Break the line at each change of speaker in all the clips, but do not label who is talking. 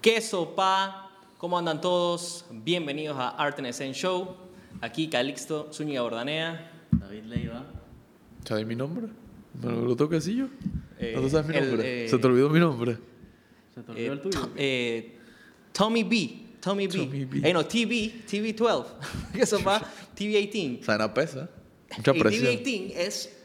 ¿Qué sopa? ¿Cómo andan todos? Bienvenidos a Art and Essence Show. Aquí Calixto Zúñiga Bordanea.
David Leiva.
¿Sabes mi nombre? Me lo preguntó Casillo.
Eh,
no tú sabes mi
el,
nombre.
eh,
Se te olvidó mi nombre.
¿Se te
eh,
olvidó el tuyo?
to- eh, Tommy B. Tommy B.
Tommy B.
Eh, no, TB. TB12. ¿Qué sopa? TB18.
Sana pesa. Mucha
y
presión.
TB18 es,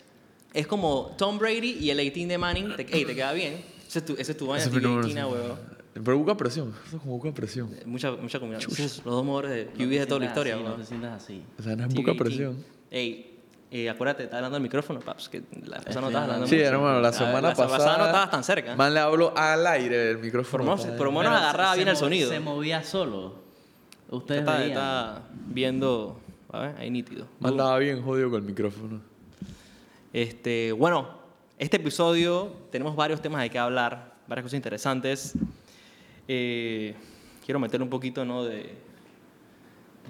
es como Tom Brady y el 18 de Manning. Te, ey, te queda bien. Ese es tu, ese es tu vaina,
Ese es mi número,
TB18,
sí.
huevón.
Pero busca presión. Eso es como busca presión.
ah, Mucha, mucha combinación. Los dos mejores de QB de toda la historia,
Sí, no
huevón.
te sientas así.
Sana es
Sí,
busca
sí.
presión.
Ey, eh, acuérdate, estás hablando al micrófono, paps, que la cosa Ah, no
Estoy
estás hablando.
Eh, Sí,
mucho.
hermano, la semana
la
pasada.
no estabas tan cerca.
Man le habló al aire del micrófono.
Por lo menos-
Está
por lo
bien.
menos
Pero
agarraba
se-
bien
se
el
mo-
sonido.
Se movía solo. Ustedes
está,
veían.
está viendo, a ver, ahí nítido.
Man andaba bien jodido con el micrófono.
Este, bueno, este episodio tenemos varios temas de que hablar, varias cosas interesantes. Eh, quiero meter un poquito, ¿no? De.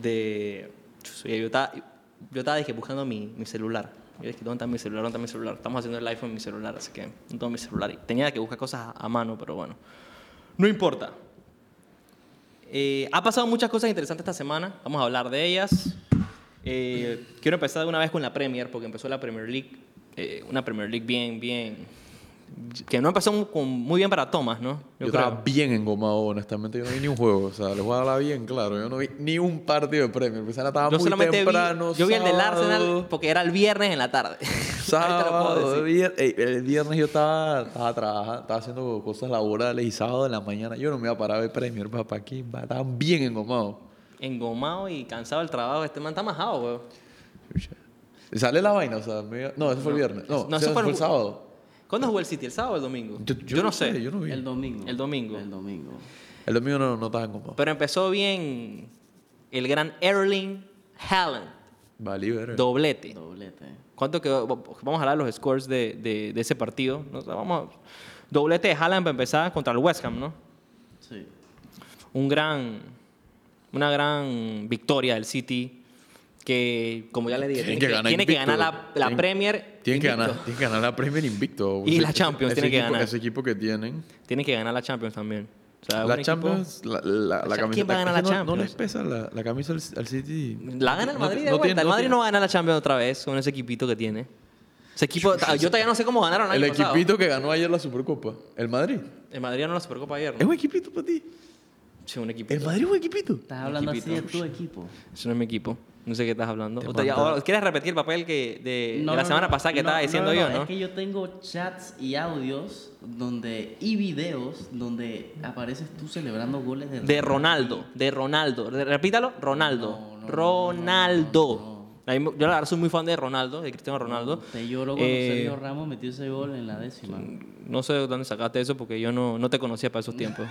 de chus, oye, yo estaba, yo estaba dije, buscando mi, mi celular. Yo dije, ¿dónde está mi celular? ¿Dónde está mi celular? Estamos haciendo el live en mi celular, así que no tengo mi celular. Y Tenía que buscar cosas a, a mano, pero bueno. No importa. Eh, ha pasado muchas cosas interesantes esta semana. Vamos a hablar de ellas. Eh, quiero empezar de una vez con la Premier, porque empezó la Premier League. eh, una Premier League bien, bien. Que no empezó mu- con- muy bien para Thomas, ¿no?
Yo,
creo.
estaba bien engomado, honestamente. Yo no vi ni un juego. O sea, les voy a hablar bien claro. Yo no vi ni un partido de premio. Pues, Sana estaba
Yo
muy
solamente
temprano.
vi, yo vi el del
sábado.
Arsenal porque era el viernes en la tarde. Ahí te lo puedo
Sábado,
decir.
vier- ey, el viernes yo estaba, estaba trabajando, estaba haciendo cosas laborales y sábado en la mañana yo no me iba a parar a ver Premier, papá, aquí va, estaba bien engomado.
Engomado y cansado del trabajo. Este man está majado, weón.
Chucha. Y Sale la vaina, o sea, me iba- no, eso fue el viernes, no,
no,
eso fue el
ju-
sábado.
¿Cuándo jugó el City? ¿El sábado o el domingo?
Yo- yo no sé, yo no vi.
El domingo.
El domingo.
El domingo.
El domingo no, no estaba engomado.
Pero empezó bien el gran Erling Haaland.
Vale, ver.
Doblete.
Doblete.
¿Cuánto quedó? Vamos a hablar de los scores de, de- de ese partido. ¿no? O sea, vamos a- Doblete de Haaland para empezar contra el West Ham, ¿no?
Sí.
Un gran, una gran victoria del City que, como ya le dije, tiene
Tienen
que,
que ganar
tiene que
invicto.
ganar la, la
Tienen-
Premier.
Tienen que, ganar,
invicto.
tienen que ganar la Premier invicto.
Y
Ese-
la Champions
ese
tienen que
equipo-
ganar.
Ese equipo que tienen.
Tienen que ganar la Champions también. O sea, un
la
equipo-
Champions, la, la,
O sea,
la camiseta.
¿quién va a ganar
es
la
que no- No,
Champions?
les pesa la, la camisa al, al City.
La gana el
No-
Madrid de
no
vuelta.
tienen-
el
no
Madrid
tienen-
no va a ganar la Champions otra vez con ese equipito que tiene. Ese equipo, yo todavía no sé cómo ganaron el
El
año pasado.
equipito que ganó ayer la Supercopa, el Madrid.
El Madrid no la Supercopa ayer.
Es
¿no?
un equipito para ti.
Sí, un equipito.
El Madrid es un equipito.
Estás hablando así de
equipito.
tu equipo.
Eso no es mi equipo. No sé qué estás hablando.
Te
O te- ya-
manda-
o ¿Quieres repetir el papel que de,
No,
de Eh, la
no,
semana
no.
pasada que
No,
estaba diciendo yo, no?
Es que yo tengo chats y audios donde, y videos donde apareces tú celebrando goles de
De Ronaldo. De Ronaldo. Re- Repítalo. Ronaldo.
No, no, no,
Ronaldo.
no, no,
A mí me- Yo la verdad soy muy fan de Ronaldo, de Cristiano Ronaldo.
Te lloro cuando
Eh, mm.
Sergio Ramos metió ese gol en la décima.
No sé de dónde sacaste eso porque yo no, no te conocía para esos tiempos.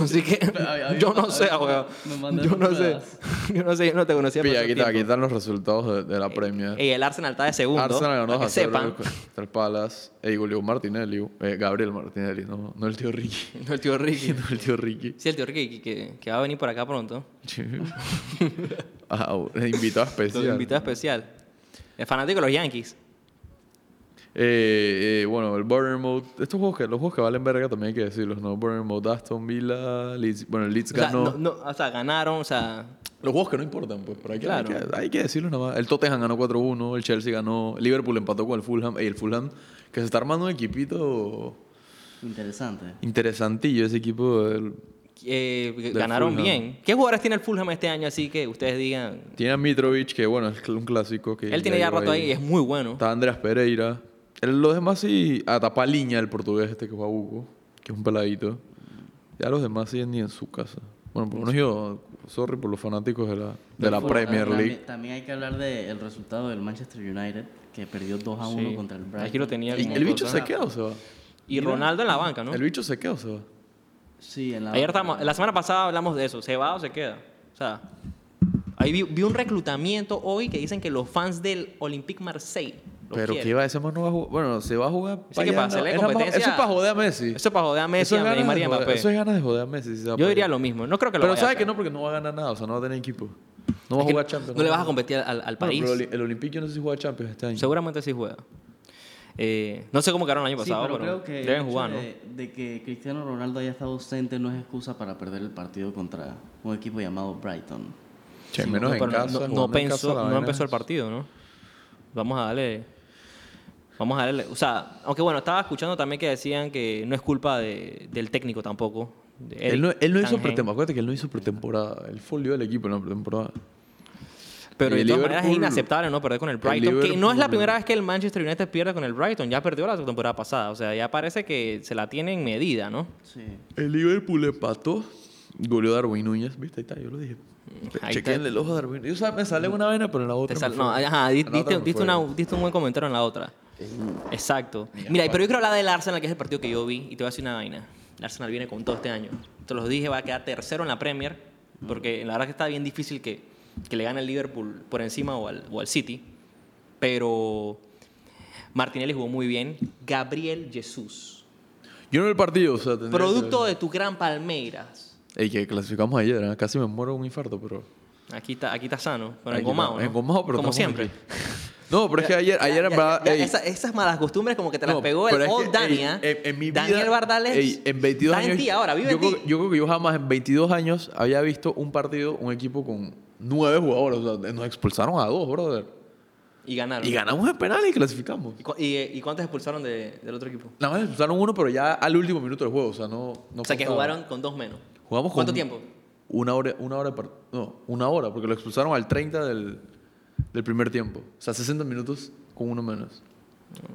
Así que
Ay, ay,
yo
me
no sé,
mandaron-
weón.
me mandaron
Yo no sé.
pruebas.
Yo no sé, yo no te conocía para
Pilla, aquí,
esos
está- aquí
tiempos.
están los resultados de, de la Premier.
Ey, el Arsenal está de Eh, segundo.
Arsenal
para
ganó
que
2 a 0
sepan.
contra el Palace. Ey, goleó Martinelli. eh, Gabriel Martinelli, no, no el tío Ricky.
No, el tío Ricky.
No el tío Ricky.
Sí, el tío Ricky que- que va a venir por acá pronto.
ah, bueno, invitado
Los
especial.
invitado especial. El fanático de los Yankees.
Eh, eh, bueno, el Bournemouth. Estos juegos que, los juegos que valen verga también hay que decirlos, ¿no? Bournemouth, Aston Villa, Leeds. Bueno, el Leeds
O sea,
ganó.
no- no, o sea, ganaron, o sea,
Los juegos que no importan, pues, pero hay que,
Claro.
hay que, hay que decirlo nada más. El Tottenham ganó 4-1, el Chelsea ganó, el Liverpool empató con el Fulham, y el Fulham que se está armando un equipito
Interesante.
interesantillo, ese equipo del-
eh,
Del
ganaron
Fulham.
bien. ¿Qué jugadores tiene el Fulham este año? Así que ustedes digan.
Tiene a Mitrovic, que bueno, es cl- un clásico que...
Él tiene ya
llegó
rato ahí y es muy bueno.
Está Andrés Pereira. El- los demás sí, a Tapaliña, el portugués este que juega a Buco, que es un peladito. Ya los demás sí ni en su casa. Bueno, por lo menos yo, sorry por los fanáticos de la, de la
Bueno,
Premier
también-
League.
También, hay que hablar del resultado del Manchester United, que perdió 2 a 1
Sí.
contra el Brighton.
Aquí lo tenía
¿Y
como
el bicho
cosa.
se queda o se va?
Y Ronaldo en la banca, ¿no?
¿El bicho se queda o se va?
Sí, en la.
Ayer estamos, la semana pasada hablamos de eso. ¿Se va o se queda? O sea, ahí vi, vi un reclutamiento hoy que dicen que los fans del Olympique Marseille. lo
Pero
quieren.
qué va, ese man no va a jugar. Bueno, se va a jugar.
Sí,
pa'
que
allá,
para
no.
hacerle
Es nada más-
competencia-
Eso es para joder a Messi.
Eso para joder a Messi,
Eso es
a
ganas
Neymar y
de
a
joder-
Mbappé.
Eso es ganas de joder a Messi. si se va
Yo
pa'
diría
allá.
lo mismo. No creo que lo
Pero
vaya a
¿sabes que
hacer.
no? Porque no va a ganar nada. O sea, no va a tener equipo. No va
Es
a
que
jugar Champions.
No le vas a competir al, al
Bueno,
París. Mm.
pero el Oli- el Olympique yo no sé si juega Champions este año.
Seguramente sí juega. Eh, no sé cómo quedaron el año pasado, pero,
creo que el
deben
hecho
jugar, ¿no?
de, de que Cristiano Ronaldo haya estado ausente no es excusa para perder el partido contra un equipo llamado Brighton.
Che,
Sí,
menos
No,
en
pero no-
casa.
no- no,
jugando en
pensó-
casa, la
no
vaina
empezó el
es-
partido, ¿no? Vamos a darle. Vamos a darle. O sea, aunque bueno, estaba escuchando también que decían que no es culpa de- del técnico tampoco. de Eric
Él no, él no hizo
Tangen.
pretemporada. Acuérdate que él no hizo pretemporada. Él folió el equipo en la pretemporada.
Pero de
El
todas maneras es
Liverpool-
inaceptable no perder con el
el
Brighton. que no es la
Liverpool-
primera vez que el Manchester United pierde con el Brighton. Ya perdió la temporada pasada. O sea, ya parece que se la tiene en medida, ¿no?
Sí.
El Liverpool empató. Goleó Darwin Núñez. ¿Viste? Ahí está, yo lo dije.
Ahí
Chequenle
está.
el ojo a Darwin. Yo sabe, me sale una vaina, pero en la
Te
otra. me
sal-
fue.
no, ajá,
En
di-
la otra
diste,
me
diste
fue.
una- diste un buen comentario en la otra. Exacto. Mira, pero yo quiero hablar del Arsenal, que es el partido que yo vi, y te voy a decir una vaina. El Arsenal viene con todo este año. Te los dije, va a quedar tercero en la Premier, porque la verdad que está bien difícil que, que le gane el Liverpool por encima o al, o al City. Pero Martinelli jugó muy bien. Gabriel Jesús.
Yo no vi el partido, o sea. tendría
Producto
que-
de tu gran Palmeiras.
Ey, que clasificamos ayer. ¿eh? Casi me muero de un infarto, pero.
Aquí está, aquí está sano, pero
Aquí
engomado.
está-
¿no?
engomado, pero
Como
estamos
siempre.
aquí. No, pero es que ayer, ayer
Ya,
en
ya,
verdad.
ya,
ey,
esa- esas malas costumbres como que te las
no,
pegó el
pero es
old
que, ey,
Dania.
en, en mi vida,
Daniel Bardales.
ey, en 22
está
años.
en ti ahora, vive
yo,
en
creo,
ti.
yo creo que yo jamás en 22 años había visto un partido, un equipo con nueve jugadores. O sea, nos expulsaron a dos, brother.
Y ganaron.
Y ganamos en penal y clasificamos.
¿Y cu- ¿Y, eh, y cuántos expulsaron de- del otro equipo?
Nada más expulsaron uno, pero ya al último minuto del juego. O sea, no. no
o sea, que
contaba.
jugaron con dos menos.
Jugamos con
¿Cuánto tiempo?
Una hora, una hora de par- No, una hora, porque lo expulsaron al 30 del, del primer tiempo. O sea, 60 minutos con uno menos.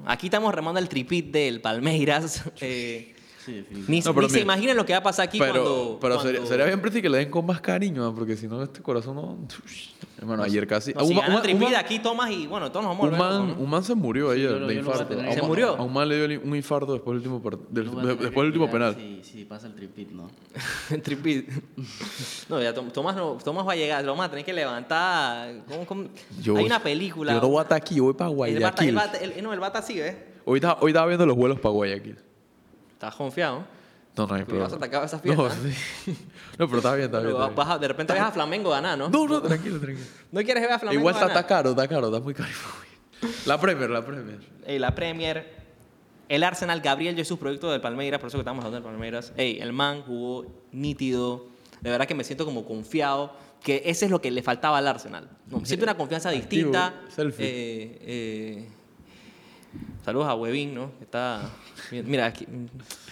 Aquí estamos remando el tripit del Palmeiras. eh,
Sí, definitivamente.
ni
No, pero
ni se
mira.
imaginan lo que va a pasar aquí
pero
cuando.
pero
cuando-
sería, sería bien pretty que le den con más cariño, ¿no? porque si no, este corazón no. Hermano, ayer casi.
No, si
un, ma-
gana
un
el
ma-
tripit
un ma-
aquí tomas y bueno, todos nos vamos a
un
volver
man,
locos, ¿no?
un man se murió ayer
yo lo-
de
yo lo voy a
infarto.
tener
A
que-
un
¿Se
man-
murió?
A un man le dio el- un infarto después del último, par- del-
Lo voy a tener
después del
que
último
mirar
penal.
Si, si pasa el tripit, no.
El tripit. No, ya Tom- Tomás, no, Tomás va a llegar, lo vamos a tener que levantar. ¿Cómo- cómo?
Yo-
Hay una película.
Yo no voy hasta aquí, yo voy para
el bata, el
Guayaquil.
bata- el- no, el bata sí, ¿eh?
Hoy estaba, hoy estaba viendo los vuelos para Guayaquil.
Estás confiado.
No, no hay
Cuidado,
problema.
se te acaba esas
no,
piernas.
sí. no, pero está bien, está bien.
Pero
está
vas a- de repente ves a Flamengo ganar, ¿no?
bien. No, no, tranquilo, tranquilo.
¿No quieres ver a Flamengo
Igual está,
ganar?
está caro, está caro, está muy caro. La Premier, la Premier.
Ey, eh, la Premier, el Arsenal, Gabriel Jesús, proyecto del Palmeiras, por eso que estamos hablando del Palmeiras. Ey, el man jugó nítido. De verdad que me siento como confiado, que ese es lo que le faltaba al Arsenal. No, siento una confianza
Activo,
distinta.
selfie.
Eh, eh, saludos a Webin, ¿no? Que está... Mira, aquí, mm,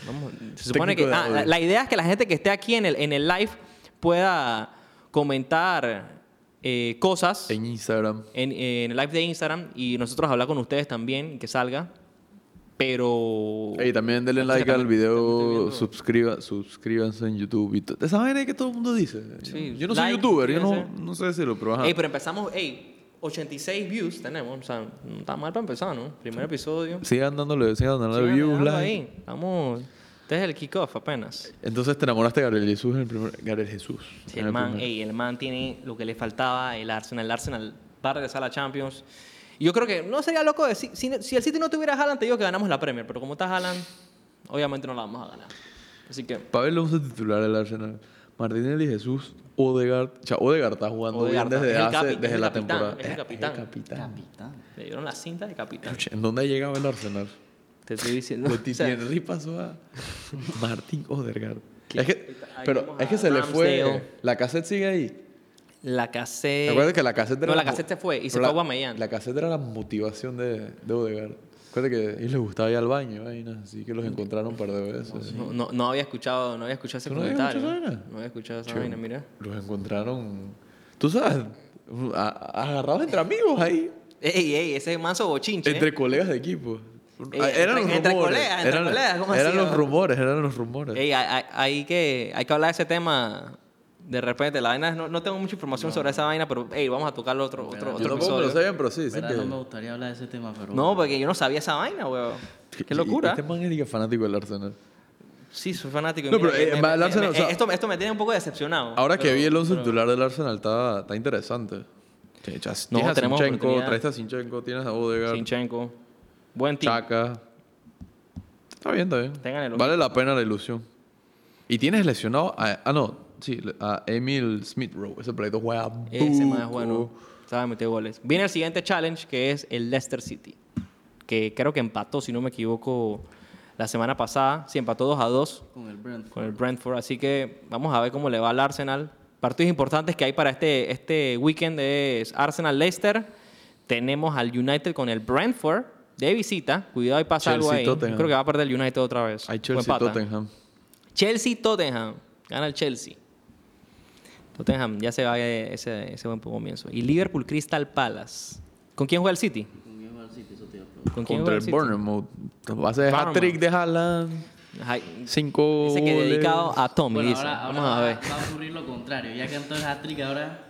vamos, se supone
Técnico
que...
de
ah, la,
audio.
la idea es que la gente que esté aquí en el, en el live pueda comentar eh, cosas
En Instagram.
en, en el live de Instagram y nosotros hablar con ustedes también, que salga. Pero.
Y Oh. también denle
Escucha,
like al
también- también
video,
Este estoy viendo.
suscriba, suscríbanse en YouTube. Y to- esa vaina es que todo el mundo dice.
Sí,
yo no soy
like,
youtuber, yo no,
suscríbanse.
no sé decirlo, pero ajá.
Ey, pero empezamos, ey, 86 views tenemos. O sea, no está mal para empezar, ¿no? Primer episodio.
Sigan dándole, sigan dándole
Sigan
views,
dejando
like.
ahí. Estamos. Este es el kickoff apenas.
Entonces te enamoraste de Gabriel Jesús en el primer. Gabriel Jesús.
Sí,
en
el, man,
primer.
ey, el man tiene lo que le faltaba, el Arsenal. El Arsenal va a regresar a la Champions. Y yo creo que no sería loco decir. Si, si el City no tuviera a Haaland, te digo que ganamos la Premier. Pero como está Haaland, obviamente no la vamos a ganar. Así que.
Para verlo vamos a titular el Arsenal. Martinelli, Jesús, Odegaard. O sea, Odegaard está jugando
Odegaard
bien desde,
es el
hace-
capi- es
desde
el
la
capitán,
temporada.
es el capitán.
capitán.
Capitán.
Le dieron la cinta de capitán.
Pucha, ¿En dónde ha llegado el Arsenal?
Te estoy diciendo.
Lo
O sea,
Henry pasó a Martín Odegaard. Es que,
Ahí
pero
vemos
es que
a
se le
Ramsdale.
fue. La cassette sigue ahí.
la casé.
¿Te acuerdas que la cassette era
No, la
mo-
cassette se fue y se
pero
fue a
la-
Guamellán.
La cassette era la motivación de, de Odegaard. Acuérdate que a ellos les gustaba ir al baño, vainas, así que los encontraron un par de veces.
No, no, no había escuchado, no había escuchado ese
¿Tú no habías
comentario.
escuchado esa vaina?
no había escuchado esa
Che,
vaina, mira.
Los encontraron. Tú sabes, a- a- agarrados entre amigos ahí.
Ey, ey, ese es manso bochinche. ¿eh?
Entre colegas de equipo.
Ey,
Ah,
entre-
eran los
Eh, entre
rumores.
colegas, entre
eran
colegas, ¿cómo
eran
así,
los
no?
rumores, eran los rumores.
Ey, hay, hay- hay que, hay que hablar de ese tema de repente. La vaina, es- no, no tengo mucha información sobre esa vaina, pero ey, vamos a tocarlo otro, otro,
Verá,
otro
Yo tampoco me
episodio.
lo sabían, pero sí. dicen
Verá,
que-
no me gustaría hablar de ese tema, pero.
no, porque yo no sabía esa vaina, weón. Qué locura.
Este man es que fanático del Arsenal.
Sí, soy fanático. y
No,
mira
pero,
que
eh,
me-
va al
me-
Arsenal,
me-
o sea-
esto, esto me tiene un poco decepcionado.
Ahora que
pero-
vi el once titular del Arsenal, está, está interesante. Che, ya-
No,
tienes a
tenemos
Sinchenko,
oportunidad.
traes a Sinchenko, tienes a Odegaard,
Sinchenko. Buen team.
Chaka. Está bien, está bien.
Tengan el
Vale la pena la ilusión. Y tienes lesionado a... Ah, no. Sí, le- a Emil Smith-Rowe. Ese proyecto juega
Ese más
buco.
bueno. Sabe meter goles. Viene el siguiente challenge que es el Leicester City. que creo que empató, si no me equivoco, la semana pasada. Sí, empató 2 a 2
con el Brentford.
pues, con el Brentford. Así que vamos a ver cómo le va al Arsenal. Partidos importantes que hay para este, este weekend es Arsenal-Leicester. Tenemos al United con el Brentford de visita. Cuidado, ahí pasa algo ahí. Yo
Chelsea-Tottenham.
creo que va a perder el United otra vez.
Hay
O
Chelsea
empata.
Tottenham.
Chelsea-Tottenham. Gana el Chelsea. Tottenham ya se va eh, ese, ese buen comienzo. Y Liverpool-Crystal Palace. ¿Con quién juega el City?
Con quién juega el City, eso te iba a preguntar.
¿Con quién
Contra
juega
el
City?
Bournemouth. Va a ser
Bournemouth.
hat-trick de Haaland.
Ajá,
Cinco
Dice que
goles.
dedicado a Tommy,
Bueno,
dice.
ahora,
Vamos
ahora
a ver.
Va a ocurrir lo contrario. Ya que entonces hat-trick ahora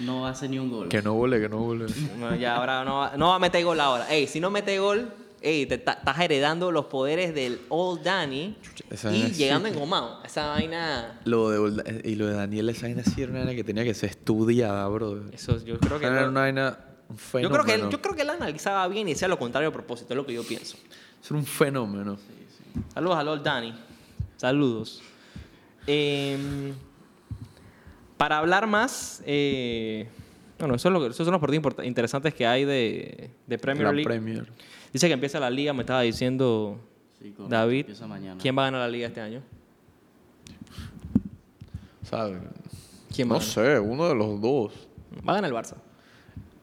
no hace ni un gol.
Que no vole, que no vole.
No, ya ahora no va, no va a meter gol ahora. Ey, si no mete gol, ey, te ta- estás heredando los poderes del Old Danny
esa
y
vaina es
llegando engomado. Esa vaina.
Lo de, y lo de Daniel, esa vaina sí era una vaina que tenía que ser estudiada, bro.
Eso yo creo que.
Esa era
no-
una vaina, un
yo,
fenómeno.
creo que él, yo creo que él analizaba bien y decía lo contrario a propósito, es lo que yo pienso.
Eso era un fenómeno.
Saludos al Old Danny. Saludos. Eh, para hablar más. eh, bueno, eso es lo que, esos son los partidos import- interesantes que hay de, de Premier
la
League.
Premier.
Dice que empieza la liga, me estaba diciendo
Sí, correcto,
David.
Empieza mañana.
¿Quién va a ganar la liga este año?
¿Sabes?
¿Quién va a
No
ganar?
sé, uno de los dos.
Va a ganar el Barça.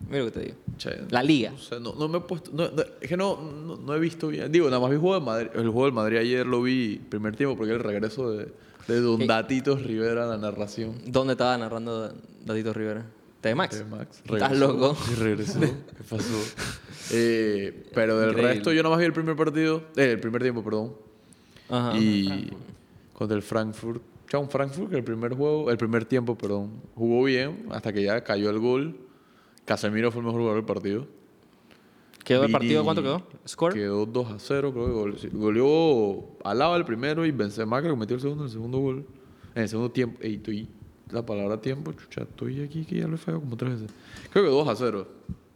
Mira lo que te digo.
Che,
La liga.
No sé, no, no me he puesto. no- no, es que no, no, no he visto bien. Digo, nada más vi el juego de Madrid. El juego del Madrid ayer lo vi primer tiempo porque era el regreso de, de Don
Sí.
Datitos Rivera a la narración.
¿Dónde estaba narrando Datito Rivera? ¿Te Max?
de Max.
¿Estás
Regresó,
loco?
y regresó. ¿Qué pasó? Eh, pero del
Increíble.
resto, yo nada más vi el primer partido. eh, el primer tiempo, perdón.
Ajá.
y contra el Frankfurt. Chao, un Frankfurt que el primer juego, el primer tiempo, perdón, jugó bien hasta que ya cayó el gol. Casemiro fue el mejor jugador del partido.
¿Quedó el
Vini
partido? ¿Cuánto quedó? ¿Score?
Quedó 2 a 0, creo que gole- sí, goleó Alaba el primero y Benzema que metió el segundo en el segundo gol. En el segundo tiempo, ey, estoy- la palabra tiempo, chucha, estoy aquí que ya lo he fallado como tres veces. Creo que 2 a 0.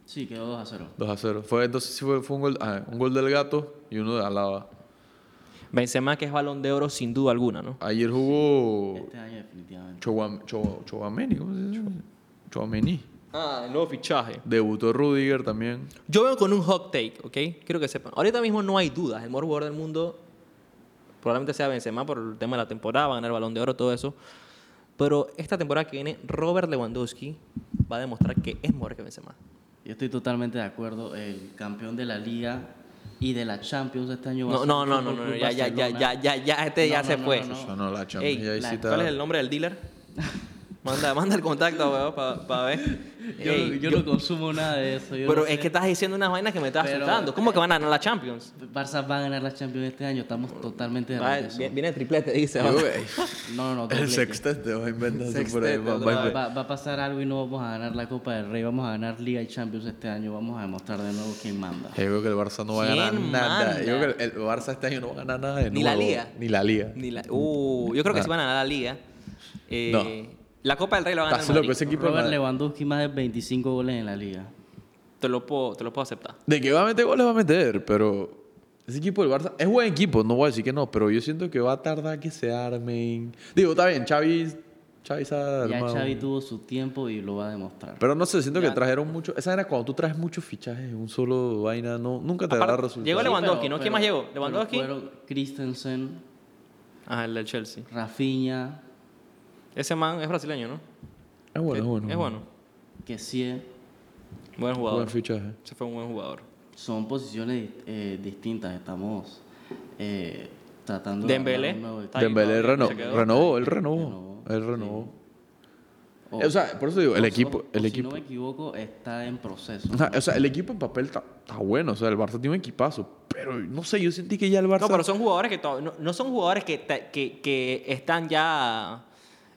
Sí, quedó 2 a 0.
2 a 0. Fue, entonces sí fue, fue un, gol, ah, un gol del gato y uno de Alaba.
Benzema que es balón de oro sin duda alguna, ¿no?
Ayer jugó
Este año definitivamente.
Chouam- Chou- Chouameni, ¿cómo se dice? Chouameni.
Ah, el nuevo fichaje.
Debutó Rudiger también.
Yo vengo con un hot take, ¿ok? Quiero que sepan. Ahorita mismo no hay dudas. El mejor jugador del mundo probablemente sea Benzema por el tema de la temporada, va a ganar el balón de oro, todo eso. Pero esta temporada que viene, Robert Lewandowski va a demostrar que es mejor que Benzema.
Yo estoy totalmente de acuerdo. El campeón de la Liga y de la Champions este año va a
No,
ser
no,
el
no, no,
Fútbol
no,
Club
ya, ya, ya,
Barcelona.
ya, ya, ya, este ya
No,
se
no, no,
fue.
no,
Eso no, la Champions,
Ey,
ya ahí
la-
sí está-
¿Cuál es el nombre del dealer? Manda, manda el contacto, weón, para ver.
Yo,
Ey,
yo no consumo nada de eso. yo
pero
no
es
sé.
que estás diciendo unas vainas que me estás
Pero- eh,
asustando. ¿Cómo que van a ganar la Champions?
Barça va a ganar la Champions este año. Estamos totalmente de
Va,
acuerdo.
viene, viene el triplete, dice.
Yo,
va.
ey,
No, no, no.
el
doblete.
sextete va a inventarse por ahí.
Sextete,
va-
otra
va-
vez.
Va, va a pasar algo y no vamos a ganar la Copa del Rey, vamos a ganar Liga y Champions este año, vamos a demostrar de nuevo quién manda.
Yo creo que el Barça no va a
¿Quién
ganar nada.
manda?
Yo creo que el Barça este año no va a ganar nada de
Ni la
nuevo.
Liga.
Ni la Liga.
Ni la- uh, yo creo que sí van a ganar la Liga. Eh,
Ah. No.
La Copa del Rey la van a ganar.
Estás
el
loco,
Madrid.
ese equipo de
Robert
Madrid-
Lewandowski más de 25 goles en la Liga.
Te lo puedo, te lo puedo aceptar.
De que va a meter goles va a meter, pero ese equipo del Barça es buen equipo, no voy a decir que no, pero yo siento que va a tardar que se armen. Digo, está bien, Xavi, Xavi se ha
Ya
armado.
Xavi tuvo su tiempo y lo va a demostrar.
Pero no sé, siento que trajeron mucho. Esa era cuando tú traes muchos fichajes, un solo vaina, no, nunca te
Aparte,
da resultado.
llegó
Sí,
Lewandowski,
pero-
¿no? ¿Quién más
pero-
llegó?
pero
¿Lewandowski?
Fueron Christensen,
Ah, el del Chelsea.
Rafinha,
Ese man es brasileño, ¿no?
Es bueno, es bueno.
Es bueno.
Kessie.
Buen
Buen
jugador.
fichaje.
Ese fue un buen jugador.
Son posiciones eh, distintas. Estamos eh, tratando de
Dembélé.
armar un nuevo equipo.
Ahí
Dembélé
no,
reno-
se quedó.
renovó, él renovó.
Renovó,
Él renovó.
O-
O sea, por eso digo, el
o-
equipo.
o
El
Si no
equipo.
me equivoco, está en proceso.
O sea, o sea, el equipo en papel está está bueno. O sea, el Barça tiene un equipazo. Pero no sé, yo sentí que ya el Barça.
No, pero son jugadores que to- no, no son jugadores que, ta- que, que están ya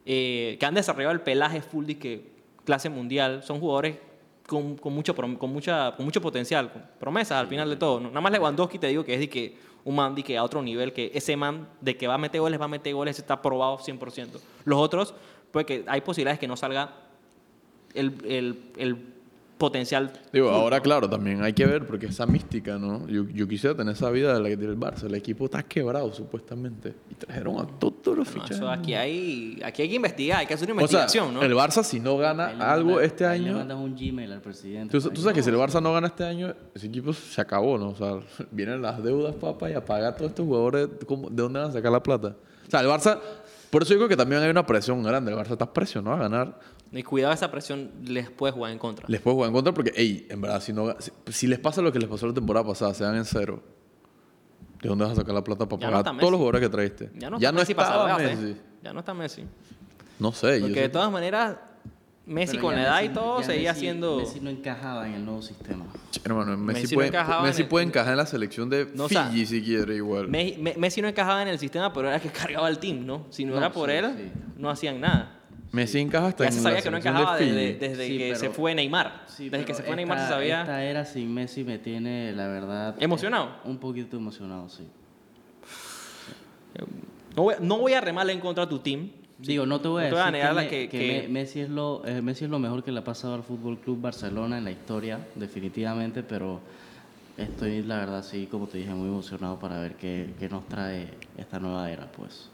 eh, que han desarrollado el pelaje full de que clase mundial, son jugadores con, con mucho prom- con mucha con mucho potencial, con promesas al final de todo. ¿no? Nada más Lewandowski te digo que es de que un man de que a otro nivel que ese man de que va a meter goles, va a meter goles, está probado 100%. Los otros pues que hay posibilidades que no salga el, el, el potencial.
Digo, ahora claro, también hay que ver porque esa mística, ¿no? Yo, yo quisiera tener esa vida de la que tiene el Barça. El equipo está quebrado, supuestamente. Y trajeron a todos los
No,
fichajes.
eso aquí, hay, aquí hay que investigar, hay que hacer una
o sea,
investigación, ¿no?
el Barça si no gana
Ahí le
algo
mandas-
este
ahí Le
año...
mandas un Gmail al presidente.
Tú, tú sabes que si el Barça no gana este año, ese equipo se acabó, ¿no? O sea, vienen las deudas, papá, y a pagar todos estos jugadores, ¿cómo- ¿de dónde van a sacar la plata? O sea, el Barça... Por eso digo que también hay una presión grande. El Barça está presionado a ganar.
Y cuidado, esa presión les puede jugar en contra.
Les puedo jugar en contra porque, ey, en verdad, si, no, ga- si, si les pasa lo que les pasó la temporada pasada, se dan en cero. ¿De dónde vas a sacar la plata para
Ya no
pagar
está
todos
Messi.
los jugadores que traíste?
Ya no, está Messi para
estaba
salvarte,
Messi.
Ya no está Messi.
No sé. yo
Porque de
sé-
todas maneras, Messi
Pero
con la
ya
edad y
Messi-
todo
ya
seguía
Messi-
siendo.
Messi no encajaba en el nuevo sistema.
Che, hermano, Messi,
Messi no
puede,
encajaba
Messi
en el-
puede encajar en la selección de
No, o
Fiji
sea,
si quiere igual.
Me- Me- Messi no encajaba en el sistema, pero era el que cargaba el team, ¿no? Si no,
No,
era por
sí,
él,
sí.
no hacían nada.
Messi encaja hasta
Ya
en
se
la
sabía que no
selección
encajaba
de Fiji.
desde, desde
Sí,
que
pero-
se fue Neymar.
Sí,
desde
pero
que se fue Neymar se
esta-
sabía.
Esta era sin Messi me tiene, la verdad.
¿Emocionado?
Un poquito emocionado, sí.
No, voy, no voy a remarle en contra a tu team.
Digo, no te voy a
No te
decir
voy a negar la
me-
que-
que
que-
me- Messi, es lo, eh, Messi es lo mejor que le ha pasado al Fútbol Club Barcelona en la historia, definitivamente, pero estoy, la verdad, sí, como te dije, muy emocionado para ver qué, qué nos trae esta nueva era, pues.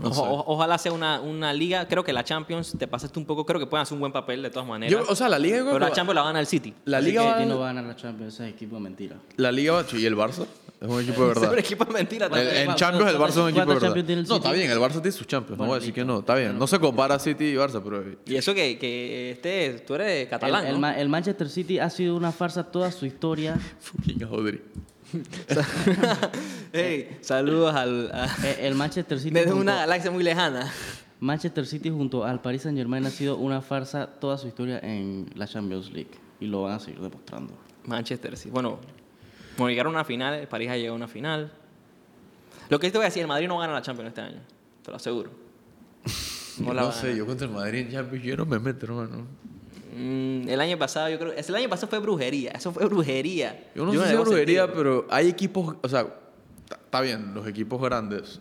No
Ojo-
sé.
o- ojalá sea una, una liga. Creo que la Champions te pasaste un poco. Creo que pueden hacer un buen papel de todas maneras.
Yo- o sea, la liga... yo creo
pero
que
la
va-
Champions la gana el City.
la
Así
liga
que
va-
ellos no van a ganar la Champions, ese equipo de mentira.
La liga va... ¿Y el Barça? Es un equipo de
Ese es
verdad.
un equipo de mentira.
El-
también.
en Champions el Barça es un equipo de
¿Cuántos
verdad.
Champions tiene el
No,
City?
está bien, el Barça tiene sus Champions. No voy a decir que
Bueno,
no, está bien. No se compara City y Barça, pero... eh,
Y eso que, que este, tú eres catalán,
el, el
¿no?
Ma- el Manchester City ha sido una farsa toda su historia.
Fucking Rodri.
Ey, saludos al, a-
Eh, el Manchester City.
desde
junto-
una galaxia muy lejana.
Manchester City junto al Paris Saint Germain ha sido una farsa toda su historia en la Champions League y lo van a seguir demostrando.
Manchester City. Bueno, bueno, llegaron a una final, el París ha llegado a una final. Lo que sí te voy a decir, el Madrid no gana la Champions este año, te lo aseguro. No
No,
la va a
sé,
ganar.
yo contra el Madrid en Champions yo no me meto, hermano.
Mm, el año pasado, yo creo, es el año pasado fue brujería, eso fue brujería.
Yo no sé si es
debo
brujería,
sentido.
pero hay equipos, o sea, ta- está bien, los equipos grandes.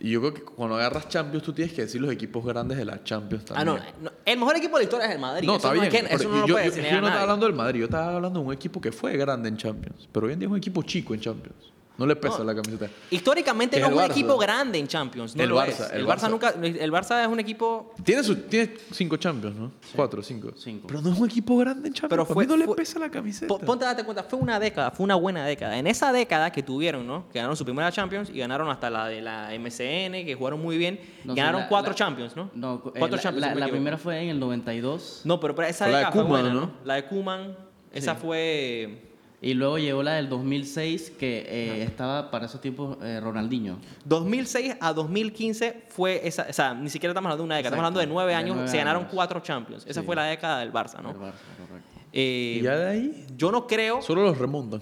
Y yo creo que cuando agarras Champions tú tienes que decir los equipos grandes de la Champions
Ah,
también.
no, no, el mejor equipo de la historia es el Madrid.
No,
eso
está bien.
es que-
pero
eso no lo
yo,
puede
yo-
decir
yo
a
no estaba
nadie.
hablando del Madrid, yo estaba hablando de un equipo que fue grande en Champions. Pero hoy en día es un equipo chico en Champions. No le pesa
No.
la camiseta.
Históricamente
Es
no es
el
un
Barça.
equipo grande en Champions. No
El
lo
Barça,
es.
el
El Barça
Barça.
nunca. El Barça es un equipo
Tiene, su, tiene cinco Champions, ¿no? Cuatro, cinco.
Cinco.
Pero no es un equipo grande en Champions.
Pero
Pero
fue-
no le
fue-
pesa la camiseta.
Po- Ponte a darte cuenta, fue una década, fue una buena década. En esa década que tuvieron, ¿no? Que ganaron su primera Champions y ganaron hasta la de la MCN, que jugaron muy bien.
No sé,
ganaron
la-
cuatro
la-
Champions, ¿no?
No, eh,
cuatro
la,
Champions.
la-
si no me
la
equivoco.
primera fue en el 92
No, pero, pero esa
Fue la de
década fue
Koeman,
buena, ¿no?
¿no?
La de Kuman, esa fue.
y luego llegó la del 2006 que eh, estaba para esos tiempos eh, Ronaldinho.
2006 a 2015 fue esa. O sea, ni siquiera estamos hablando de una década, estamos hablando
Exacto,
de nueve
de
años.
nueve
se ganaron
años.
cuatro Champions. Esa
Sí.
fue la década del Barça,
El
Ah, ¿no?
Barça, correcto.
Eh,
Y ya de ahí
yo no creo.
solo los remontan.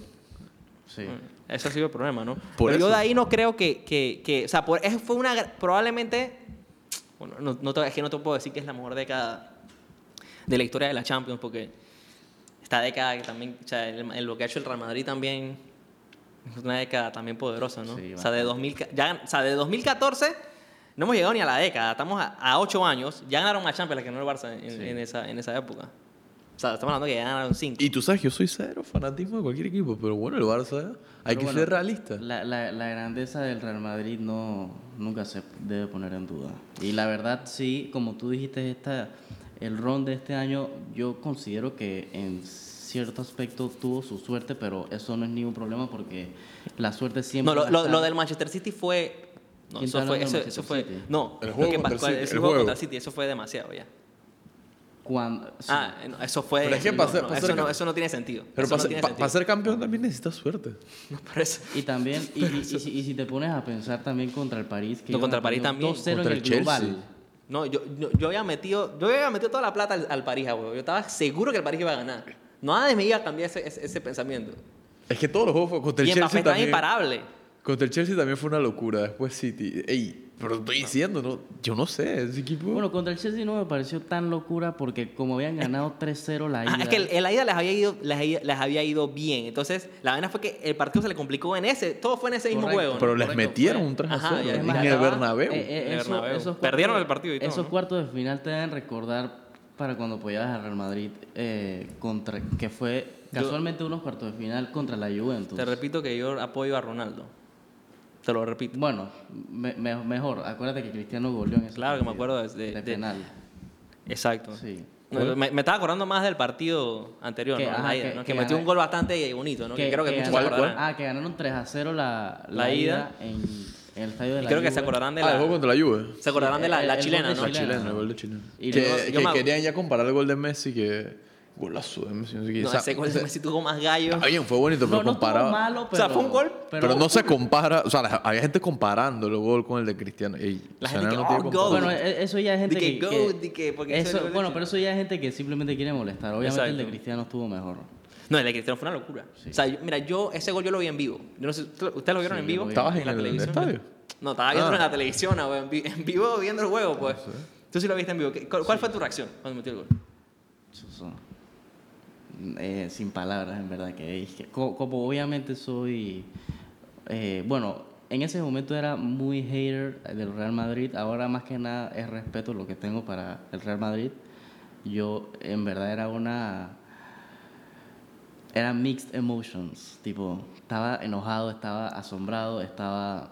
Sí.
Eso Mm. ha sido el problema, ¿no?
Por
Pero yo de
eso.
ahí no creo que, que, que o sea, por- es- fue una, gra- probablemente, bueno, no, no te- es que no te puedo decir que es la mejor década de la historia de la Champions, porque esta década que también, o sea, el- el- lo que ha hecho el Real Madrid también es una década también poderosa, ¿no?
Sí,
o, sea, de 2000, ca- ya, o sea, de 2014 no hemos llegado ni a la década, estamos a, a ocho años, ya ganaron más Champions la que ganó el Barça en,
Sí.
en esa, en esa época. O sea, estamos hablando que ya ganaron cinco.
Y tú sabes que yo soy cero fanatismo de cualquier equipo, pero bueno, el Barça hay
Pero
que
bueno,
ser realista.
La, la- la grandeza del Real Madrid no, nunca se debe poner en duda. Y la verdad, sí, como tú dijiste, esta, el ron de este año, yo considero que en cierto aspecto tuvo su suerte, pero eso no es ningún problema porque la suerte
No,
siempre.
lo,
va a
lo,
estar.
lo del Manchester City fue. No,
¿Quién
eso
está
fue,
hablando
eso,
del
eso
Manchester
fue.
City?
No,
El
lo
juego
que
contra el
pasó-
City, el
juego
juego.
contra el City, eso fue demasiado ya.
Cuando, sí.
Ah, eh, no, eso fue.
Pero es que
no,
para ser-
no,
para
eso,
ser-
no, eso no tiene sentido.
Pero
eso
para,
no
ser-
tiene
pa-
sentido.
para ser campeón también necesitas suerte.
No, pero eso-
Y también, y, y- y si- y si te pones a pensar también contra el París, que
No,
iban
contra el París
perdiendo
también.
2-0 en
Contra
el
el Chelsea.
global.
no, yo, yo, yo había metido, yo había metido toda la plata al, al París, ah, huevo. Yo estaba seguro que el París iba a ganar. Nadie me iba a cambiar ese, ese, ese pensamiento.
Es que todos los juegos fue- contra
Y
el
el papel
Chelsea
estaba
también.
imparable.
Contra el Chelsea también fue una locura. Después City. Ey, pero estoy diciendo, ¿no? Yo no sé, ese equipo.
Bueno, contra el Chelsea no me pareció tan locura porque como habían ganado 3-0 la ida.
Ah, es que el- en la ida les había ido, les, había- les había ido bien. Entonces, la vaina fue que el partido se le complicó en ese. Todo fue en ese mismo
Correcto,
juego. ¿no?
pero les
correcto,
metieron
fue-
un 3
Ajá,
0
ya-
en
ya
el
estaba-
Bernabéu.
Ah, Eh, eh,
En el
eso-
Bernabéu.
esos
Perdieron
cuartos-
el partido y todo,
Esos
¿no?
cuartos de final te dan recordar para cuando apoyabas al Real Madrid, eh, contra, que fue casualmente unos cuartos de final contra la Juventus.
Te repito que yo apoyo a Ronaldo. Te lo repito.
Bueno, me- me- mejor, acuérdate que Cristiano goleó en ese
Claro que me
partido,
acuerdo de- de- de-
penal.
Exacto.
Sí.
No, Me, me estaba acordando más del partido anterior,
Que,
¿no?
ajá,
La ida,
que-
¿no?
que
Que, metió
gana-
un gol bastante bonito, ¿no? Que, creo que, muchos se
ganaron-
acordarán.
Ah, que ganaron 3 a 0 la,
La ida.
en, en el estadio de
Y
la
creo que se
Juve.
acordarán de
Ah, el
la,
juego contra la Juve.
se acordarán
Sí,
de la,
el-
la
el gol
chilena,
de
¿no?
La
Chile.
chilena, el gol de Chile.
Y
que
luego-
yo
que
me acu-
querían ya comparar el gol de Messi que... Golazo de Messi, no sé qué.
No,
O sea,
ese gol
ese-
de Messi tuvo más gallo.
Está bien, fue bonito,
No,
pero
no estuvo
comparado...
malo,
O
pero...
sea, fue un gol,
Pero, no se compara, o sea, la- había gente comparando el gol con el de Cristiano. Ey,
La
o sea,
gente que,
no lo
"Oh,
tiene
gol".
comparado.
Bueno, e- eso ya es gente
Di
que...
que
que-
go, di que- porque eso
eso,
es lo que
bueno,
le-
pero eso ya es gente que simplemente quiere molestar. Obviamente el de
Exacto.
Cristiano estuvo mejor.
No, el de Cristiano fue una locura. O sea, yo- mira, yo ese gol yo lo vi en vivo. Yo no sé, ¿usted- ¿ustedes lo vieron
Sí,
en
yo
vivo?
lo vi.
¿Estabas en
la
el
televisión?
estadio?
No, estaba viendo
Ah.
en la televisión, ah, weón, vi- en vivo viendo el juego, pues.
Ah,
Tú sí lo viste en vivo. ¿Qué- ¿Cuál, cuál fue tu reacción cuando metió el gol?
Eso son- eh, sin palabras, en verdad. que, es que co- Como obviamente soy... eh, bueno, en ese momento era muy hater del Real Madrid. Ahora más que nada es respeto lo que tengo para el Real Madrid. Yo en verdad era una... Era mixed emotions. Tipo, estaba enojado, estaba asombrado, estaba...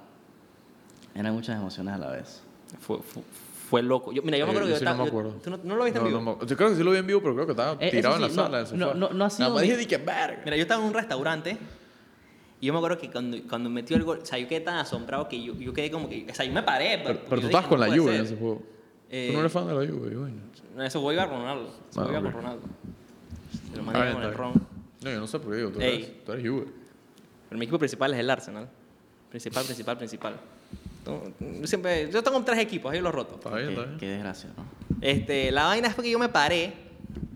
Eran muchas emociones a la vez.
Fue, fue, fue loco. Yo, mira, yo me
Eh,
acuerdo que
yo sí
yo
no me
estaba- yo-
acuerdo.
¿Tú no, no lo viste
No,
en vivo?
no me acuerdo. Yo creo que sí lo vi en vivo, pero creo que estaba
Eh, eso
tirado
sí,
en la
no,
sala. en el
no,
sofá.
no, no ha sido
Nada más
mi-
dije, dije, verga.
Mira, yo estaba en un restaurante y yo me acuerdo que cuando, cuando metió el gol, o sea, yo quedé tan asombrado que yo, yo quedé como que, o sea, yo me paré. pues,
Pero,
porque yo
pero
dije,
tú estabas con
no
la
puede
Juve en
ser.
ese juego.
Eh,
Tú no eres fan de la Juve, bueno.
No, eso voy a Ronaldo. Eso
Ah,
voy a
ok.
Ronaldo. Se lo
Ah,
mandé
bien,
con
está
el
bien.
ron.
No, yo no sé por qué digo, tú
Ey.
eres, tú eres Juve.
Pero mi equipo principal es el Arsenal. Principal, principal, principal. Entonces, Yo siempre, yo tengo tres equipos, ahí los roto.
Está bien,
Qué-
está bien.
qué desgracia, ¿no?
Este, la vaina fue que yo me paré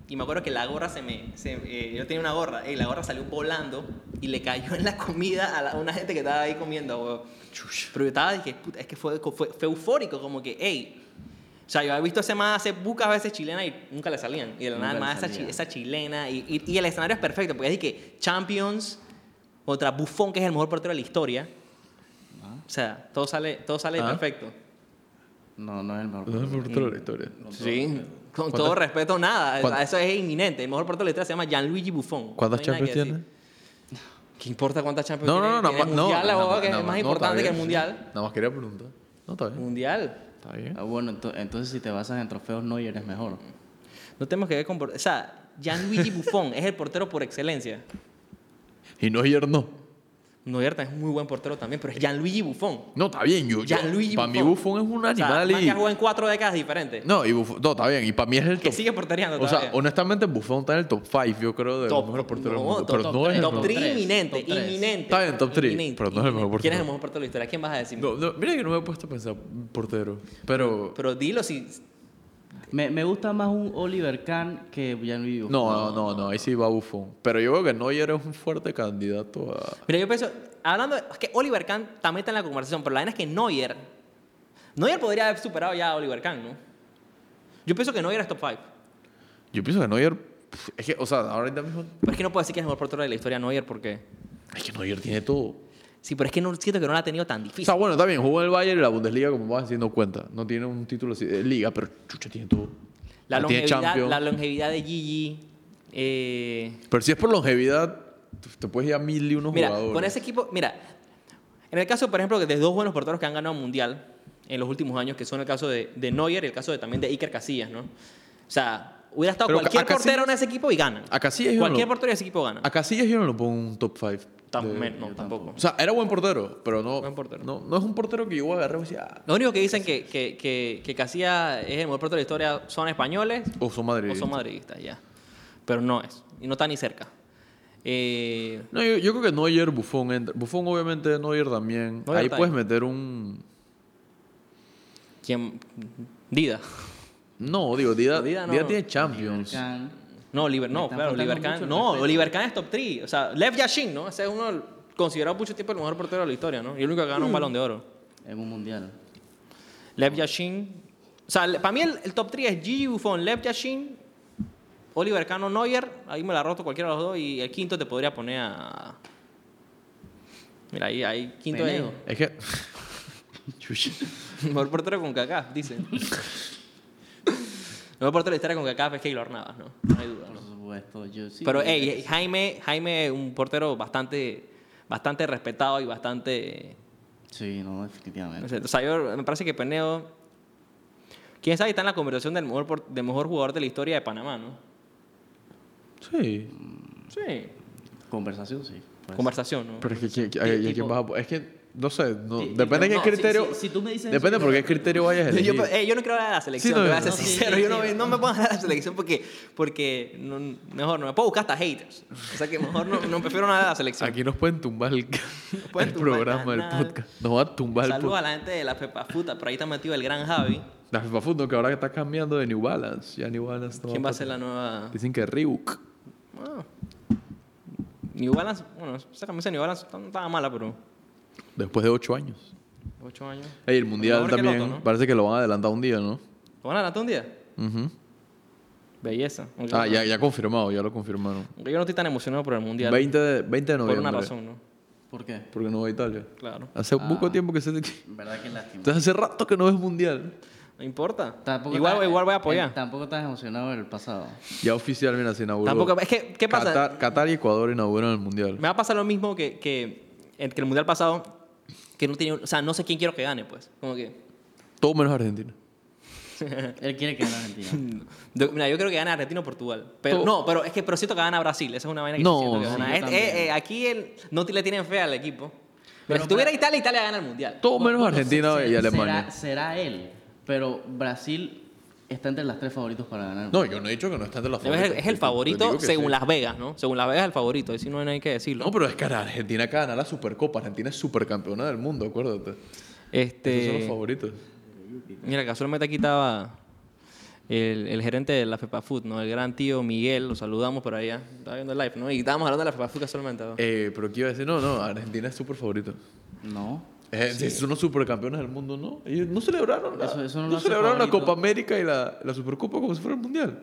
y me acuerdo que la gorra se me. se- eh, yo tenía una gorra y la gorra salió volando y le cayó en la comida a, la- a una gente que estaba ahí comiendo, huevón. Pero yo estaba, dije, puta, es que fue, fue, fue eufórico, como que, hey. O sea, yo había visto ese más hace bucas veces chilena y nunca le salían. Y de la
Nunca
nada
le
más esa,
salía.
chi- esa chilena. Y, y- y el escenario es perfecto, porque es que Champions contra Buffon, que es el mejor portero de la historia.
Ah.
O sea, todo sale, todo sale
Ah.
perfecto.
No, no es el mejor.
No es por toda la historia.
Sí, con todo respeto, nada.
cuántas-
Eso es inminente. El mejor portero de la historia se llama Gianluigi Buffon.
¿Cuántas
No hay nada
Champions
que decir.
tiene?
¿Qué importa cuántas Champions
No,
tiene?
no, no,
Tiene
nada más- no.
mundial, la
nada
boba,
más-
que
nada
es más
no, ¿Eh? está
importante que el
bien.
mundial.
Nada más quería preguntar. No, está bien.
Mundial.
Está bien.
Ah, bueno, ento- entonces si te basas en trofeos Neuer es mejor.
No tenemos que ver con... por- O sea, Gianluigi Buffon es el portero por excelencia.
Y no ayer no.
Neuer también es un muy buen portero también, pero es Gianluigi Buffon.
No, está bien. Yo, yo,
Gianluigi
para mí
Buffon.
Buffon es un
O sea,
animal
más
y...
que ha jugado en cuatro décadas diferentes.
No, y Buffon, no, está bien. Y para mí es el
que
top.
sigue portereando
O sea,
todavía.
honestamente, Buffon está en el top 5, yo creo, de los mejores porteros del
no,
mundo.
top-
Pero
top
no
tres,
es el
top
mejor.
3
Top
inminente,
tres.
inminente.
Está bien, top tres,
Inminente,
pero no es el mejor
inminente. ¿Quién es
portero.
el mejor portero de la historia? ¿Quién vas a decir?
No, no, mira que no me he puesto a pensar portero. Pero.
Pero dilo si...
Me, me gusta más un Oliver Kahn que Gianluigi Buffon.
No, no, no, no, ahí sí va Buffon. Pero yo creo que Neuer es un fuerte candidato a.
Mira, yo pienso, hablando, de- es que Oliver Kahn también está en la conversación, pero la vaina es que Neuer, Neuer podría haber superado ya a Oliver Kahn, ¿no? Yo pienso que Neuer es top 5.
Yo pienso que Neuer. pf, Es que, o sea, ahorita mismo.
Pero es que no puedo decir que es el mejor portero de la historia Neuer porque...
Es que Neuer tiene todo.
Sí, pero es que no, siento que no la ha tenido tan
O
difícil.
sea, bueno, está bien, jugó en el Bayern y la Bundesliga, como vas haciendo cuenta. No tiene un título así de liga, pero chucha, tiene todo.
La
No tiene
longevidad,
Champions.
la longevidad de Gigi. eh,
Pero si es por longevidad, te- te puedes ir a mil y unos
mira,
jugadores.
con ese equipo, mira, en el caso, por ejemplo, de dos buenos porteros que han ganado mundial en los últimos años, que son el caso de, de Neuer y el caso de, también de Iker Casillas, ¿no? O sea, hubiera estado
Pero
cualquier
a Casillas-
portero en ese equipo y ganan.
A Casillas yo no
Cualquier
lo-
portero de ese equipo gana.
A Casillas yo no lo pongo en un top 5.
Tam- men- no, tampoco.
O sea, era buen portero, pero no,
Buen portero.
no, no es un portero que yo voy a agarrar y voy a decir, ah,
Lo único que dicen que, que, que, que Casillas es el mejor portero de la historia son españoles
o son Madrid.
o son madridistas, ya. Pero no es. Y no está ni cerca. Eh,
No, yo, yo creo que Neuer, Buffon entra. Buffon obviamente, Neuer también.
Neuer
Ahí
está
puedes
ahí.
meter un...
¿Quién? Dida.
No, digo, Dida,
Dida no.
Dida tiene
Oliver
Champions.
Kahn.
No, Oliver,
Me
no,
están
claro,
faltando
Oliver
mucho
Kahn.
el
No,
respeto.
Oliver Kahn es top 3. O sea, Lev Yashin, ¿no? Ese es uno considerado mucho tiempo el mejor portero de la historia, ¿no? Y el único que
Mm.
ganó un balón de oro.
En un mundial.
Lev Yashin. O sea, para mí el, el top 3 es Gigi Buffon, Lev Yashin, Oliver Kahn o Neuer. Ahí me la roto cualquiera de los dos. Y el quinto te podría poner a. Mira, ahí, ahí quinto es.
Penedo.
Es que... Chucha.
Mejor portero con Kaká, dicen. No me importa la historia con que cada vez que lo arnabas, ¿no? No hay duda, ¿no?
Por supuesto, yo sí.
Pero
creo
ey,
que-
eh, Jaime, Jaime, un portero bastante, bastante respetado y bastante...
Sí, no, definitivamente.
no sé, o sea, yo- me parece que Peneo... Quién sabe, está en la conversación del mejor, por- del mejor jugador de la historia de Panamá, ¿no?
Sí.
Sí.
Conversación, sí. pues.
Conversación, ¿no?
Pero es que, ¿quién-
Sí,
hay- hay
tipo-
quién vas a- Es que, no sé, no-
Sí,
depende de
no,
qué
si-
criterio.
si- si tú me dices
Depende
eso,
por
yo-
qué criterio vayas a
Yo,
elegir.
yo- eh, yo no quiero hablar de la selección,
Sí, no,
te voy a ser
no,
sí,
sincero.
sí,
yo no,
sí.
me- no me puedo hablar de la selección porque, porque no- mejor no me puedo buscar hasta haters. O sea que mejor no, no prefiero nada de la selección.
Aquí nos pueden tumbar el,
pueden
el
tumbar
programa, el
nada.
podcast. Nos va a tumbar el
Saludos a
podcast.
la gente de la Pepa Futa, por ahí está metido el gran Javi.
La FIFA Food, ¿no? que ahora que está cambiando de New Balance. Ya New Balance no pues,
¿Quién va a
pa-
ser la nueva?
Dicen que Reebok.
Ah. New Balance, bueno, esa camisa de New Balance no estaba mala, pero
Después de ocho años.
8 años.
Ey, el mundial
Mejor que el
también.
otro, ¿no?
Parece que lo van a adelantar un día, ¿no?
¿Lo van a adelantar un día?
Ujú.
Belleza. Aunque
Ah,
yo no-
ya, ya confirmado, ya lo confirmaron.
aunque yo no estoy tan emocionado por el mundial.
20 de, 20 de
por
noviembre.
una razón, Ah. ¿no?
¿Por qué?
Porque no va a Italia.
Claro.
Hace un poco tiempo que se te...
En verdad que lástima.
Entonces hace rato que no ves mundial.
No importa.
Tampoco
igual,
estás-
igual voy a apoyar.
eh, tampoco estás emocionado del pasado.
Ya oficial, mira, se inauguró.
Tampoco, es que, ¿qué pasa?
Qatar, Qatar y Ecuador inauguran el mundial.
Me va a pasar lo mismo que, que, en- que el mundial pasado, que no tenía, un- o sea, no sé quién quiero que gane, pues. Como que,
Todo menos Argentina.
Él quiere que gane Argentina.
yo- mira, yo creo que gana Argentina o Portugal. Pero,
Todo-
no, pero es que, pero siento que gana Brasil. Esa es una vaina que
No,
siento que
sí,
gana.
yo
Es-
también.
eh, eh, aquí el, no te- le tienen fe al equipo. Pero,
Pero
si tuviera Italia, Italia gana el mundial.
Todo menos
Bueno,
Argentina
se-
y
se-
Alemania.
Será, será él, pero Brasil está entre las tres favoritos para ganar.
No, yo no he dicho que no está entre los
Es el, es el
favoritos. Yo- yo digo
favorito
que
según
sí.
Las Vegas, ¿no? Según Las Vegas es el favorito. Ahí sí no hay nada que decirlo.
No, pero es que Argentina acá gana la Supercopa. Argentina es supercampeona del mundo, acuérdate. pues, Esos son los
Este,
favoritos.
mira, casualmente aquí estaba el, el gerente de la FEPA Food, ¿no? El gran tío Miguel, lo saludamos por allá. Estaba viendo el live, ¿no? Y estábamos hablando de la FEPA Food casualmente. ¿no?
Eh, pero ¿qué iba a decir? No, no, Argentina es super favorito.
No.
Eh, Son los supercampeones del mundo, ¿no? Ellos no celebraron, la,
Eso- eso no
no
lo hace
celebraron la
favorito.
Copa América y la, la Supercopa como si fuera el Mundial.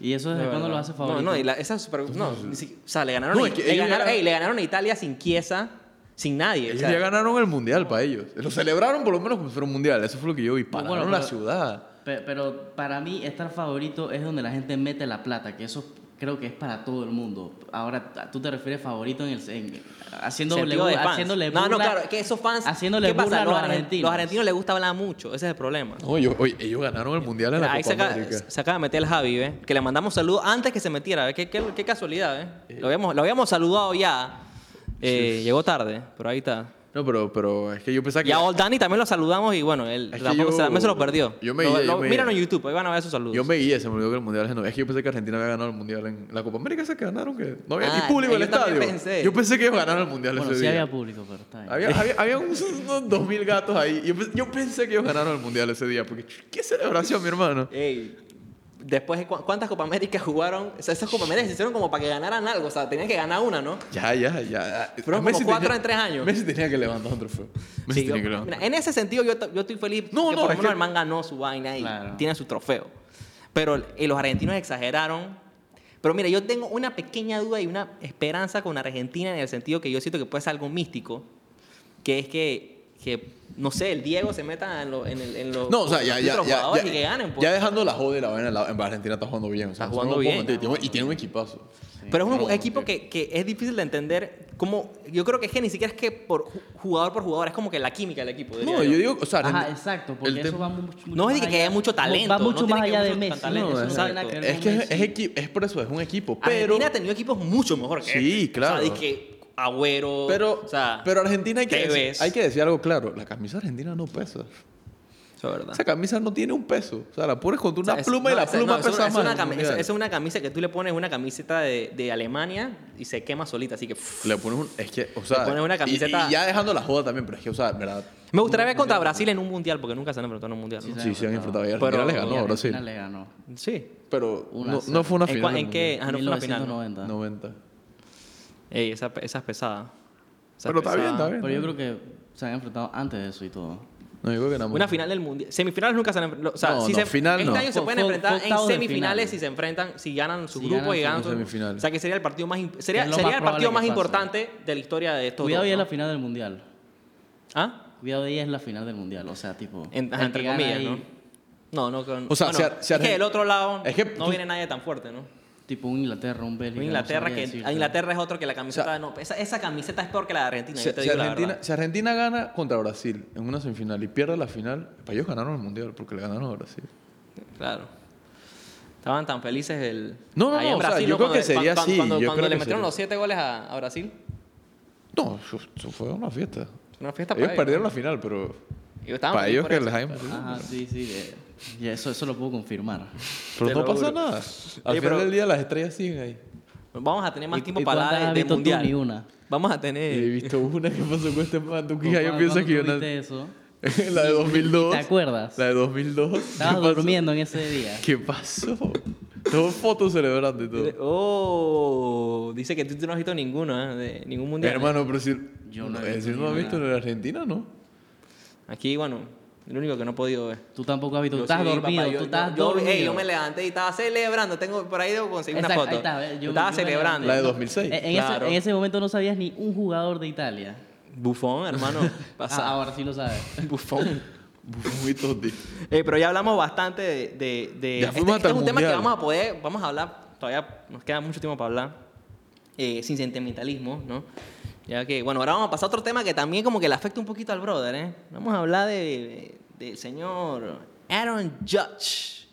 ¿Y eso desde
De
cuándo
verdad.
lo hace favorito?
No, no, y la- esa super- no, ni si- o sea, le ganaron,
No,
a-
es que
le,
ellos ya
ganaron
ganan-
ey, le ganaron a Italia sin Chiesa, sin nadie. o
Ellos
sea,
ya ganaron el Mundial para ellos. Lo celebraron por lo menos como si fuera un Mundial. Eso fue lo que yo vi. Pararon
bueno,
la
pero-
ciudad.
Pe- Pero para mí estar favorito es donde la gente mete la plata, que eso creo que es para todo el mundo. Ahora, t- tú te refieres favorito en el... en- haciéndole,
sentido de
bu-
fans.
haciéndole
No, no,
burla-
claro, es que esos fans.
Haciéndole
¿Qué
burla
pasa?
a los
argen-
argentinos.
Los argentinos les gusta hablar mucho, ese es el problema.
No, yo- oye, ellos ganaron el Mundial en la
Ahí
Copa
se acaba,
América.
se acaba de meter el Javi, ¿eh? Que le mandamos saludos antes que se metiera. ¿eh? Qué, qué, qué casualidad, ¿eh? Lo habíamos, lo habíamos saludado ya. Eh, Llegó tarde, pero ahí está.
No, pero, pero es que yo pensaba que...
Y a Old Danny también lo saludamos y bueno, él
Es que
tampoco
yo-
se, también se lo perdió.
yo me
Lo-
guié, yo
lo-
me
míralo en
guié.
YouTube, ahí van a ver sus saludos.
Yo me guié, se me olvidó que el Mundial es... no- Es que yo pensé que Argentina había ganado el Mundial en la Copa América. Se ganaron que... No había
Ah,
ni público en el
yo también
estadio.
pensé.
Yo pensé que ellos ganaron el Mundial
Bueno,
ese
sí
día.
había público, pero está bien.
Había, había, había unos, unos 2000 gatos ahí. Yo, pe- yo pensé que ellos ganaron el mundial ese día. Porque, ch- ¿qué celebración, mi hermano?
Ey, después, de cu- ¿cuántas Copa América jugaron? O sea, esas Copa América se hicieron como para que ganaran algo. O sea, tenían que ganar una, ¿no?
Ya, ya, ya.
Fueron como cuatro en tres años.
Messi tenía que levantar un trofeo. Messi
Sí, yo-
tenía que levantar.
mira, en ese sentido, yo, to- yo estoy feliz
No,
que
no,
por lo
es
menos
que-
el man ganó su vaina y
Claro.
tiene su trofeo. Pero y los argentinos exageraron. Pero mira, yo tengo una pequeña duda y una esperanza con Argentina en el sentido que yo siento que puede ser algo místico, que es que, que, no sé, el Diego se meta en, lo- en el- en los
No, o sea, ya, ya,
otros
ya,
jugadores
ya,
y que ganen. pues.
ya dejando la joda y la vaina, la- en Argentina está jugando bien. o
Está
sea, eso
jugando
no lo puedo
bien.
mentir, tiene un- y tiene un equipazo.
Pero es
No,
un
no,
equipo que, que es difícil de entender. Como, yo creo que es que ni siquiera es que por ju- jugador por jugador, es como que la química del equipo. diría
No, yo digo, o sea,
Ajá,
Argentina-
exacto,
el
porque eso
tem-
va mucho, mucho
No es de que haya mucho talento,
Va
no
mucho
tiene
más
que
allá de
mucho
Messi.
talento,
no,
eso
eso
no
no
tiene
tiene nada que ver
es
con
que es,
Messi.
es equi- es por eso, es un equipo. Pero,
Argentina ha tenido equipos mucho mejor que
Sí,
este. O
claro.
sea, dije Agüero.
pero,
o sea,
pero Argentina hay que,
Tevez.
decir, hay que decir algo claro. La camisa argentina no pesa.
Eso es verdad.
Esa camisa no tiene un peso. O sea, la pones con
Ah. O sea,
una
es-
pluma y
no,
la
es- no,
pluma
es
pesa
una- es
más.
una
en
cami-
un
es,
mundial.
es una camisa que tú le pones una camiseta de, de Alemania y se quema solita, así que. pff.
Le pones un, es que, o sea,
Le pones una
y-
camiseta-
Y, ya dejando la joda también, pero es que, o sea, en verdad.
Me gustaría ver contra Brasil en un mundial, porque nunca se han enfrentado en un mundial. ¿no?
Sí,
Sí.
Sí, se han enfrentado. Y
Pero-
Argentina les ganó,
Y
a
Argentina
Brasil.
le ganó.
Pero
Una
no,
cero.
no fue una
¿En
final.
cua-
del
en qué?
Mundial.
Ah, no fue una final, ¿no?
1990.
90.
Ey, esa, esa es pesada. Esa es
Pero está bien,
pesada.
está bien.
Pero yo creo que se han enfrentado antes de eso y todo.
No, yo creo que ganamos.
Una final del mundial. Semifinales nunca se han enfrentado. O sea,
No,
si
no,
se,
final
este
no.
año se
Fue-
pueden
fue-
enfrentar
fue
en
octavos de
semifinales
final.
si se enfrentan, si ganan su
Si
grupo
ganan
y
su
ganan su
grupo. Semifinales.
O sea, que sería el partido más, imp-
Es
sería,
lo
sería
más
el partido
probable
más
que pase.
importante de la historia de estos
Cuidado
dos,
y es
¿no?
la final del mundial.
¿Ah?
Cuidado y es la final del mundial. O sea, tipo.
En- ajá,
el
entre
que gana
comillas,
ahí-
¿no? No, no. Con,
O sea,
bueno,
si Ar- si
es que
Argen-
del otro lado
Es que
no
tú-
viene nadie tan fuerte, ¿no?
Tipo un Inglaterra, un Bélgica. no
Inglaterra,
sabría
que
decirte.
a Inglaterra es otro que la camiseta.
O sea,
no, esa, esa camiseta es peor que la de Argentina.
Si,
yo te
si
digo la
Argentina,
verdad.
si Argentina gana contra Brasil en una semifinal y pierde la final, para ellos ganaron el mundial porque le ganaron a Brasil.
Claro. Estaban tan felices el.
No, no,
ahí
no,
en
o sea,
Brasil,
yo
¿no?
creo
Cuando-
que sería
cuando-
así,
Cuando,
yo
cuando
creo
le
que
metieron
sería.
los siete goles a, a Brasil,
No, eso, eso fue una fiesta.
fue una fiesta
ellos
para
perdieron la final, pero
Ellos estaban
para
felices
ellos
por
que
eso.
les hayan metido.
Ajá, sí, sí. eh, y eso, eso lo puedo confirmar.
Te
Pero no
lo
pasa
juro.
nada. Al final
pero-
del día las estrellas siguen ahí.
Vamos a tener más
¿Y-
tiempo
y
para
cuántas
hablar
has
de, de
visto tú?
mundial.
Ni una.
Vamos a
He
tener.
visto una que pasó con este man, tú que ya yo
¿Cuándo
pienso que yo
tú
na-
viste eso?
La de 2002.
¿Te acuerdas?
La de 2002.
Estabas
¿Qué pasó?
durmiendo en ese día.
¿Qué pasó? Todo fotos celebrando y todo.
Oh, dice que tú no has visto ninguna, ¿eh? de ningún mundial.
Hermano, pero si.
Yo no he
eh,
visto
si no has
ninguna.
visto en la Argentina, ¿no?
Aquí, bueno, el único que no he podido ver.
Tú tampoco has visto.
Yo
Tú estás
sí,
dormido.
papá, yo-
Tú estás
yo, yo-
dormido.
ey, yo me levanté y estaba celebrando. Tengo, por ahí debo conseguir una
Exacto,
foto.
ahí está, ve, yo-
estaba
yo me
celebrando.
La de 2006.
En, en ese-
Claro.
en ese momento no sabías ni un jugador de Italia.
Bufón, hermano.
Ah,
Pasa.
ahora sí lo sabes.
Bufón.
Muy tosti.
Eh, pero ya hablamos bastante de. de, de-
Ya
este-
fuimos
este
hasta
es un
el
tema que
mundial.
vamos a poder. Vamos a hablar. Todavía nos queda mucho tiempo para hablar. eh, sin sentimentalismo, ¿no? Ya que, bueno, ahora vamos a pasar a otro tema que también como que le afecta un poquito al brother, ¿eh? Vamos a hablar de, de- del señor Aaron Judge.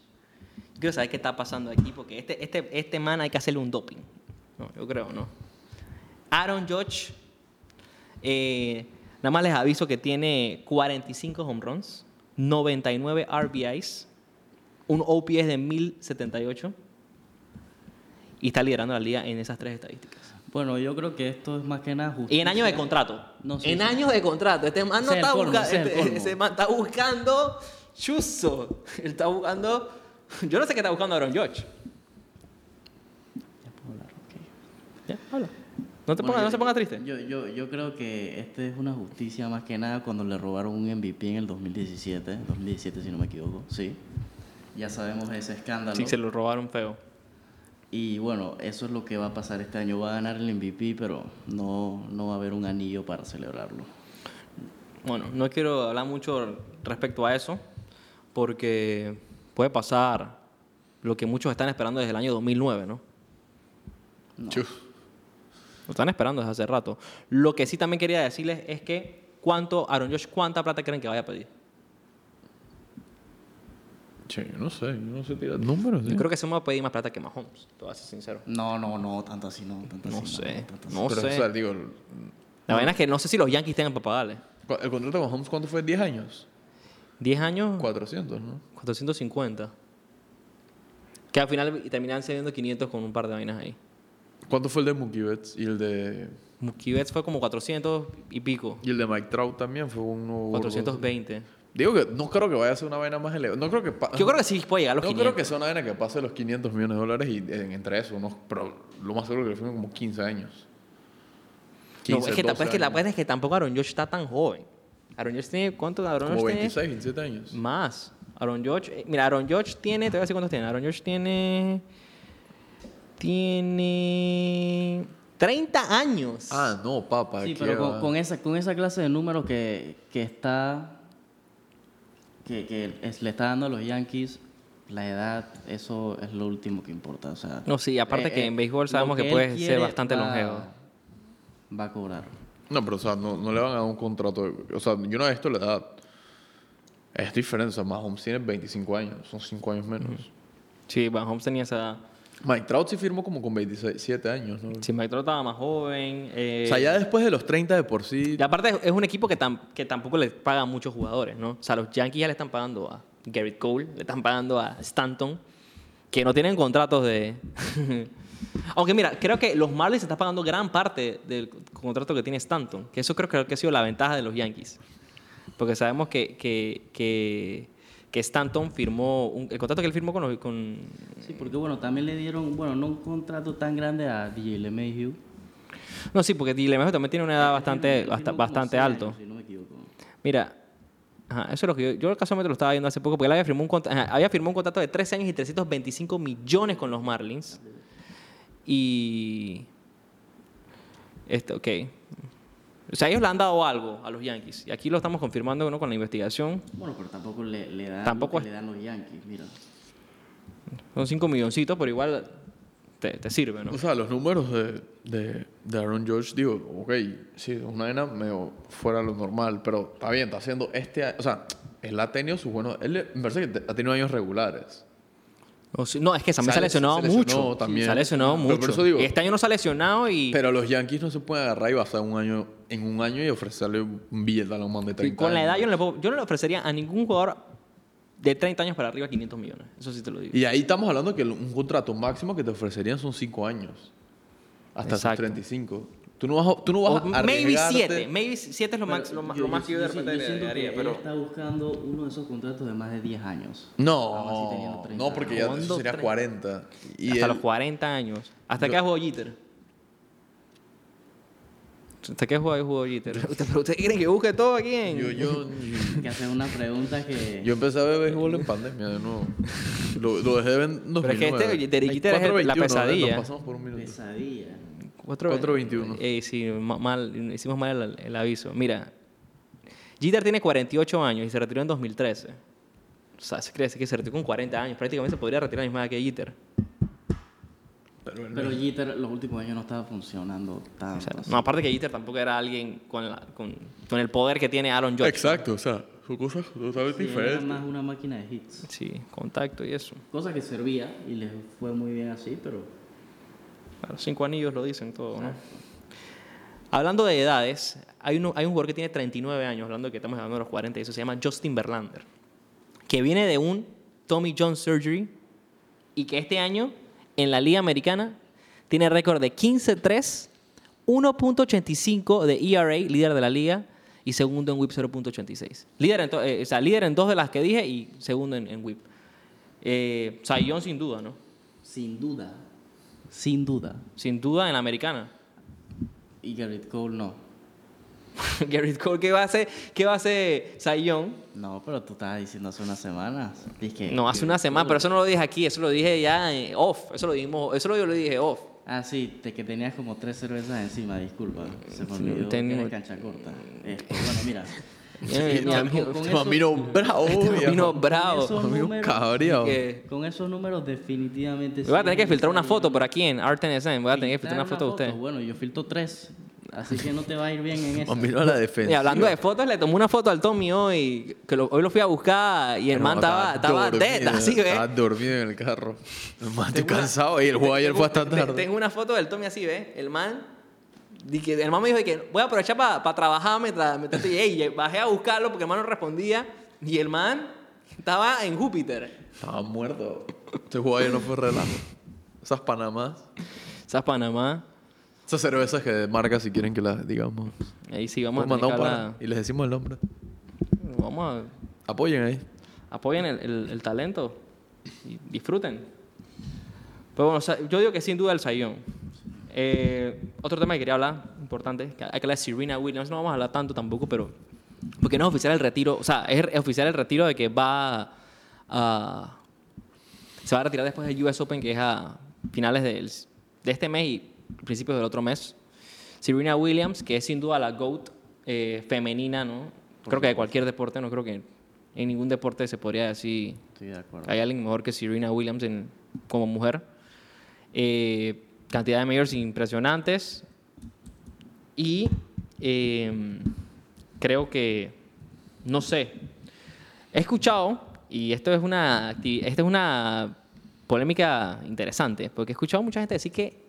Yo Quiero saber qué está pasando aquí, porque este, este, este man hay que hacerle un doping. No, yo creo, ¿no? Aaron Judge, eh, nada más les aviso que tiene 45 home runs, 99 RBIs, un OPS de 1078 y está liderando la liga en esas tres estadísticas.
Bueno, yo creo que esto es más que nada justicia.
Y en años de contrato.
No, sí,
en
sí.
años de contrato. Este man no
Ese es el
está,
colmo,
busca-
ese es el
este-
colmo.
ese man está buscando chuzo. Él está buscando. Yo no sé qué está buscando Aaron George.
Ya puedo hablar, ok.
Ya, habla. No, te
Bueno,
pongas,
yo-
no se ponga triste.
Yo, yo, yo creo que este es una justicia más que nada cuando le robaron un MVP en el 2017. 2017, si no me equivoco, sí. Ya sabemos ese escándalo.
Sí, se lo robaron feo.
Y bueno, eso es lo que va a pasar este año. Va a ganar el MVP, pero no, no va a haber un anillo para celebrarlo.
Bueno, no quiero hablar mucho respecto a eso, porque puede pasar lo que muchos están esperando desde el año 2009, ¿no?
Chuf.
Lo están esperando desde hace rato. Lo que sí también quería decirles es que, ¿cuánto, Aaron Josh, cuánta plata creen que vaya a pedir?
Che, yo no sé, yo no sé tirar números. ¿eh?
Yo creo que se me va a pedir más plata que Mahomes, te voy a ser sincero.
No, no, no, tanto así no. Tanto
No
así,
sé,
tanto así.
no
Pero,
sé.
o sea, digo,
La verdad es que no sé si los Yankees tengan para pagarle.
¿cu- el contrato con Holmes, ¿cuánto fue? ¿10 años?
10 años,
400, ¿no?
450. Que al final terminan siendo 500 con un par de vainas ahí.
¿Cuánto fue el de Mookie Betts? Y el de,
Mookie Betts fue como 400 y pico.
y el de Mike Trout también fue uno... gordo.
420.
Digo que no creo que vaya a ser una vaina más elevada. No creo que... pa-
Yo creo que sí puede llegar a los
no
500.
creo que sea una vaina que pase los 500 millones de dólares y en- entre eso, unos, pero lo más seguro que le firmen como 15 años.
No, es que, tampoco-
12
es que la
años.
verdad es que tampoco Aaron Josh está tan joven. Aaron Josh tiene, ¿cuánto? Aaron
Como
Judge tiene
26, 27 años.
Mm. Más. Aaron George. eh, mira, Aaron George tiene. Te voy a decir cuántos tiene. Aaron George tiene. Tiene. 30 años.
Ah, no, papá.
Sí,
¿qué
pero con,
va?
con esa, con esa clase de números que, que está. que, que es- le está dando a los Yankees, la edad, eso es lo último que importa. O sea,
No, sí, aparte
Eh,
que en béisbol
Eh, lo
sabemos que
él
puede ser
quiere
bastante
va-
longevo.
Va a cobrar.
e-
No, pero o sea, no, no le van a dar un contrato. de- O sea, yo no a esto le da. Es diferente. O sea, Mahomes tiene 25 años. Son 5 años menos.
Sí, Van Holmes tenía esa. edad.
Mike Trout sí firmó como con 27 años, ¿no?
Sí, Mike Trout estaba más joven. eh,
O sea, ya después de los 30 de por sí.
Y aparte es- es un equipo que, tam- que tampoco le paga a muchos jugadores, ¿no? O sea, los Yankees ya le están pagando a Garrett Cole, le están pagando a Stanton, que no tienen contratos de... Aunque mira, creo que los Marlins están pagando gran parte del contrato que tiene Stanton, que eso creo, creo que ha sido la ventaja de los Yankees. Porque sabemos que, que, que, que Stanton firmó, un- el contrato que él firmó con... los- con
Sí, porque bueno, también le dieron, bueno, no un contrato tan grande a DJ LeMahieu.
no, sí, porque Dilemma también tiene una edad bastante,
Firmó
basta-
como
bastante
seis
alto.
años, si no me equivoco.
Mira, ajá, eso es lo que yo, yo casualmente lo estaba viendo hace poco, porque él había firmado un, contra- ajá, había firmado un contrato de 13 años y 325 millones con los Marlins. Y... Este, ok. O sea, ellos le han dado algo a los Yankees. Y aquí lo estamos confirmando ¿no? con la investigación.
Bueno, pero tampoco le, le dan
Tampoco
lo
es-
que le dan los Yankees, mira.
Son 5 milloncitos, pero igual te, te sirve, ¿no?
O sea, los números de, de, de Aaron George, digo, ok, sí, es una vaina medio fuera de lo normal, pero está bien, está haciendo este año. O sea, él ha tenido sus buenos. Él me parece que ha tenido años regulares.
No, sí, no, es que Sammy se ha
Sale-
lesionado
se lesionó
mucho.
también.
Se ha lesionado
Pero
mucho.
por eso digo-
y este año no se ha lesionado y,
Pero los Yankees no se pueden agarrar y basar un año, en un año y ofrecerle un billete a los man de 30
y con la edad
años.
yo no, le puedo- yo no le ofrecería a ningún jugador de 30 años para arriba 500 millones. Eso sí te lo digo.
Y ahí estamos hablando que un contrato máximo que te ofrecerían son 5 años. Hasta sus
Exacto.
35. Tú no vas a, tú no vas
O
a
maybe
arriesgarte-
7. Maybe 7 es lo, max- lo, más- lo más que yo de repente
yo
le
siento
daría.
que
pero...
él está buscando uno de esos contratos de más de 10 años.
Ah,
Aún así teniendo
No,
30
no, porque ya
años.
eso sería 40. Y
hasta
él-
los 40 años. ¿Hasta
Yo-
qué edad jugó Jeter? ¿Hasta qué jugó jugó Jeter? Usted- ¿Pero ustedes quieren que busque todo aquí en...?
Yo, yo,
Que hace una pregunta que...
yo empecé a ver béisbol en pandemia de nuevo. Lo, lo dejé de ver en
Pero es que
2009.
este Derek
Ay,
Jeter es el- la
4.21,
pesadilla.
Nos pasamos por un minuto.
Pesadilla.
Cuatro-
4.21.
Eh, sí, ma- mal, hicimos mal el, el aviso. Mira, Jeter tiene 48 años y se retiró en 2013. O sea, se quiere decir que se retiró con 40 años. Prácticamente se podría retirar la misma edad que Jeter.
Pero Jeter los últimos años no estaba funcionando
O
tanto.
sea,
así.
no, aparte que Jeter tampoco era alguien con, la- con, con el poder que tiene Aaron Judge.
Exacto, o sea, son cosas totalmente
Sí, él era
diferentes.
más una máquina de hits.
Sí, contacto y eso.
Cosa que servía y les fue muy bien así, pero...
Claro, cinco anillos lo dicen todo, ¿no? Hablando de edades, hay, uno- hay un jugador que tiene 39 años, hablando de que estamos hablando de los 40, y eso se llama Justin Verlander, que viene de un Tommy John Surgery y que este año en la Liga Americana tiene récord de 15-3, 1.85 de ERA, líder de la liga, y segundo en WHIP 0.86. Líder en, to- eh, o sea, líder en dos de las que dije y segundo en, en WHIP. Eh, Cy Young sin duda, ¿no?
Sin duda. Sin duda.
Sin duda en la Americana.
Y Garrett Cole no.
Garrett Cole, ¿qué va a hacer? ¿Qué va a hacer Cy Young?
No, pero tú estabas diciendo hace unas semanas. Dije,
No, hace
Garrett
una semana,
Cole.
pero eso no lo dije aquí, eso lo dije ya eh, off, eso lo dijimos, eso lo- yo lo dije off.
Ah, sí, te, que tenías como tres cervezas encima, disculpa. Se me olvidó
ten-
que era cancha corta. Este, bueno, mira.
Eh, mi amigo,
con
Este
eso-
mamino bravo. viejo.
Vino bravo.
esos
Amigo
números-
cabreado.
Que-
Con esos números definitivamente...
Voy a
sí
tener que
es
filtrar una
necesario
foto por aquí en RTNSN, voy a tener que filtrar una foto de usted.
Bueno, yo filtro tres, así que no te va a ir bien en eso.
Mamino a la defensa.
Y hablando de fotos, le tomé una foto al Tommy hoy, que lo- hoy lo fui a buscar y el man estaba, estaba dead, así ¿eh? ve.
Estaba dormido en el carro. El man, estoy cansado. Y el juego ayer fue hasta
Te-
tarde.
Tengo una foto del Tommy así, ve, el man... di que- el man me dijo di que voy a aprovechar para trabajar mientras, mientras estoy- ey, bajé a buscarlo porque el man no respondía y el man estaba en Júpiter.
Estaba muerto. Este juego ayer no fue relajo. Esas Panamás.
Esas Panamá.
Esas cervezas que de marca si quieren que las digamos.
Ahí sí, vamos a
Podemos
tener que
mandar un par
hablar.
y les decimos el nombre.
Vamos
Apoyen ahí.
a... Apoyen el, el- el talento. Y disfruten. Pero bueno, o sea, yo digo que sin duda el Sayón. Eh, otro tema que quería hablar, importante, que hay que hablar de Serena Williams. No vamos a hablar tanto tampoco, pero... Porque no es oficial el retiro. O sea, es oficial el retiro de que va a... se va a retirar después del US Open, que es a finales del- de este mes y principios del otro mes. Serena Williams, que es sin duda la GOAT eh, femenina, ¿no? Creo que de cualquier deporte, no creo que en ningún deporte se podría decir
Estoy de acuerdo.
hay alguien mejor que Serena Williams en- como mujer. Eh, cantidad de majors impresionantes. Y eh, creo que, no sé, he escuchado, y esto es una, acti- esta es una polémica interesante, porque he escuchado mucha gente decir que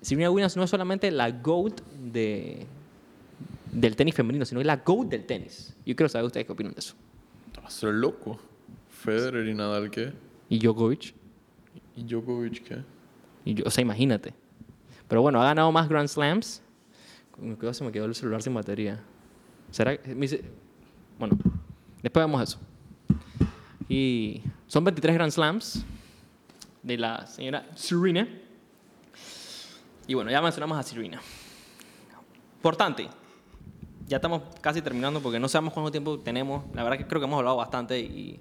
Serena Williams no es solamente la GOAT de, del tenis femenino, sino es la GOAT del tenis. Yo quiero saber ustedes qué opinan de eso.
Eso es loco. Federer y Nadal, ¿qué?
¿Y Djokovic?
¿Y Djokovic, qué?
Y yo- o sea, imagínate. Pero bueno, ha ganado más Grand Slams. Con cuidado, se me quedó el celular sin batería. ¿Será que.? me dice- Bueno, después vemos eso. Y son 23 Grand Slams de la señora Serena. Y bueno, ya mencionamos a Serena. Importante. Ya estamos casi terminando porque no sabemos cuánto tiempo tenemos. La verdad que creo que hemos hablado bastante y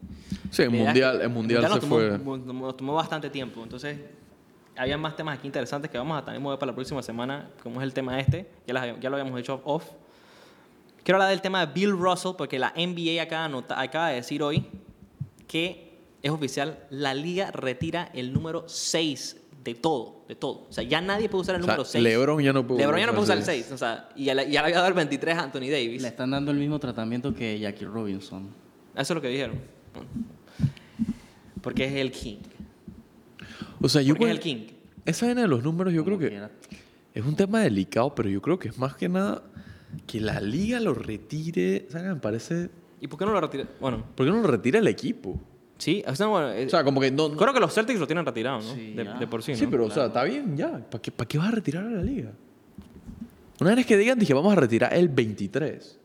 Sí, el
la idea es
mundial,
que
el mundial
nos
se
tomó-
fue.
mu- mu- Nos tomó bastante tiempo, entonces había más temas aquí interesantes que vamos a también mover para la próxima semana, como es el tema este, ya, las- ya lo habíamos hecho off, Quiero hablar del tema de Bill Russell, porque la NBA acaba, de anota- acaba de decir hoy que es oficial, la liga retira el número 6 de todo, de todo. O sea, ya nadie puede usar el
O sea,
número 6.
LeBron ya no puede
LeBron ya no puede usar
usar
el
el
6. O sea, y ya, le- ya le había dado el 23 a Anthony Davis.
Le están dando el mismo tratamiento que Jackie Robinson.
Eso es lo que dijeron. Porque es el king.
O sea, yo
Porque es
creo
el king.
esa vaina de los números yo creo
Como
que
quiera.
es un tema delicado, pero yo creo que es más que nada que la liga lo retire, o sea, me parece,
¿Y por qué no lo retira? Bueno,
¿por qué no lo retira el equipo?
sí. O sea, bueno, eh,
O sea, como que no, no-
creo que los Celtics lo tienen retirado, ¿no?
Sí,
de,
ya.
de por sí,
sí,
¿no?
pero o sea, está bien ya, ¿para qué, para qué vas a retirar a la liga? Una vez que digan, dije, vamos a retirar el 23.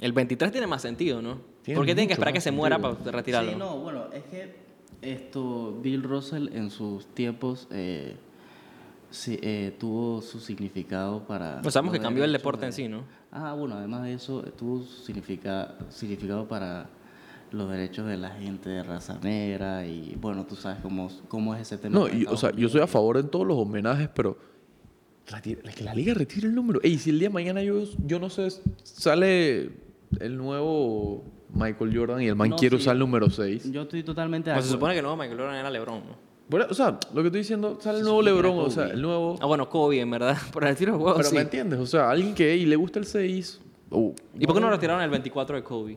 El 23 tiene más sentido, ¿no?
Tiene
¿Por qué tienen que
mucho
esperar que
más
se muera
sentido.
para retirarlo?
Sí, no, bueno, es que esto, Bill Russell en sus tiempos eh, sí, eh, tuvo su significado para...
Pues sabemos
los
que cambió el
derechos
deporte en
de-
sí, ¿no?
Ah, bueno, además de eso, eh, tuvo su significa- significado para los derechos de la gente de raza negra y, bueno, tú sabes cómo, cómo es ese tema.
No,
en
y, o
Estados
sea, yo
Unidos.
soy a favor en todos los homenajes, pero retira- la- que la liga retire el número. Ey, si el día de mañana yo, yo no sé, sale el nuevo Michael Jordan y el man
No,
quiere
sí.
usar el número 6.
Yo estoy totalmente de
Pues se
acuerdo.
supone que el nuevo Michael Jordan era LeBron, ¿no?
Bueno, o sea, lo que estoy diciendo, sale el nuevo LeBron, o sea, el nuevo...
Ah, bueno, Kobe, en verdad. Por el tiro de huevo,
pero
sí.
me entiendes, o sea, alguien que ey, le gusta el 6... oh,
¿Y por qué no retiraron el 24 de Kobe?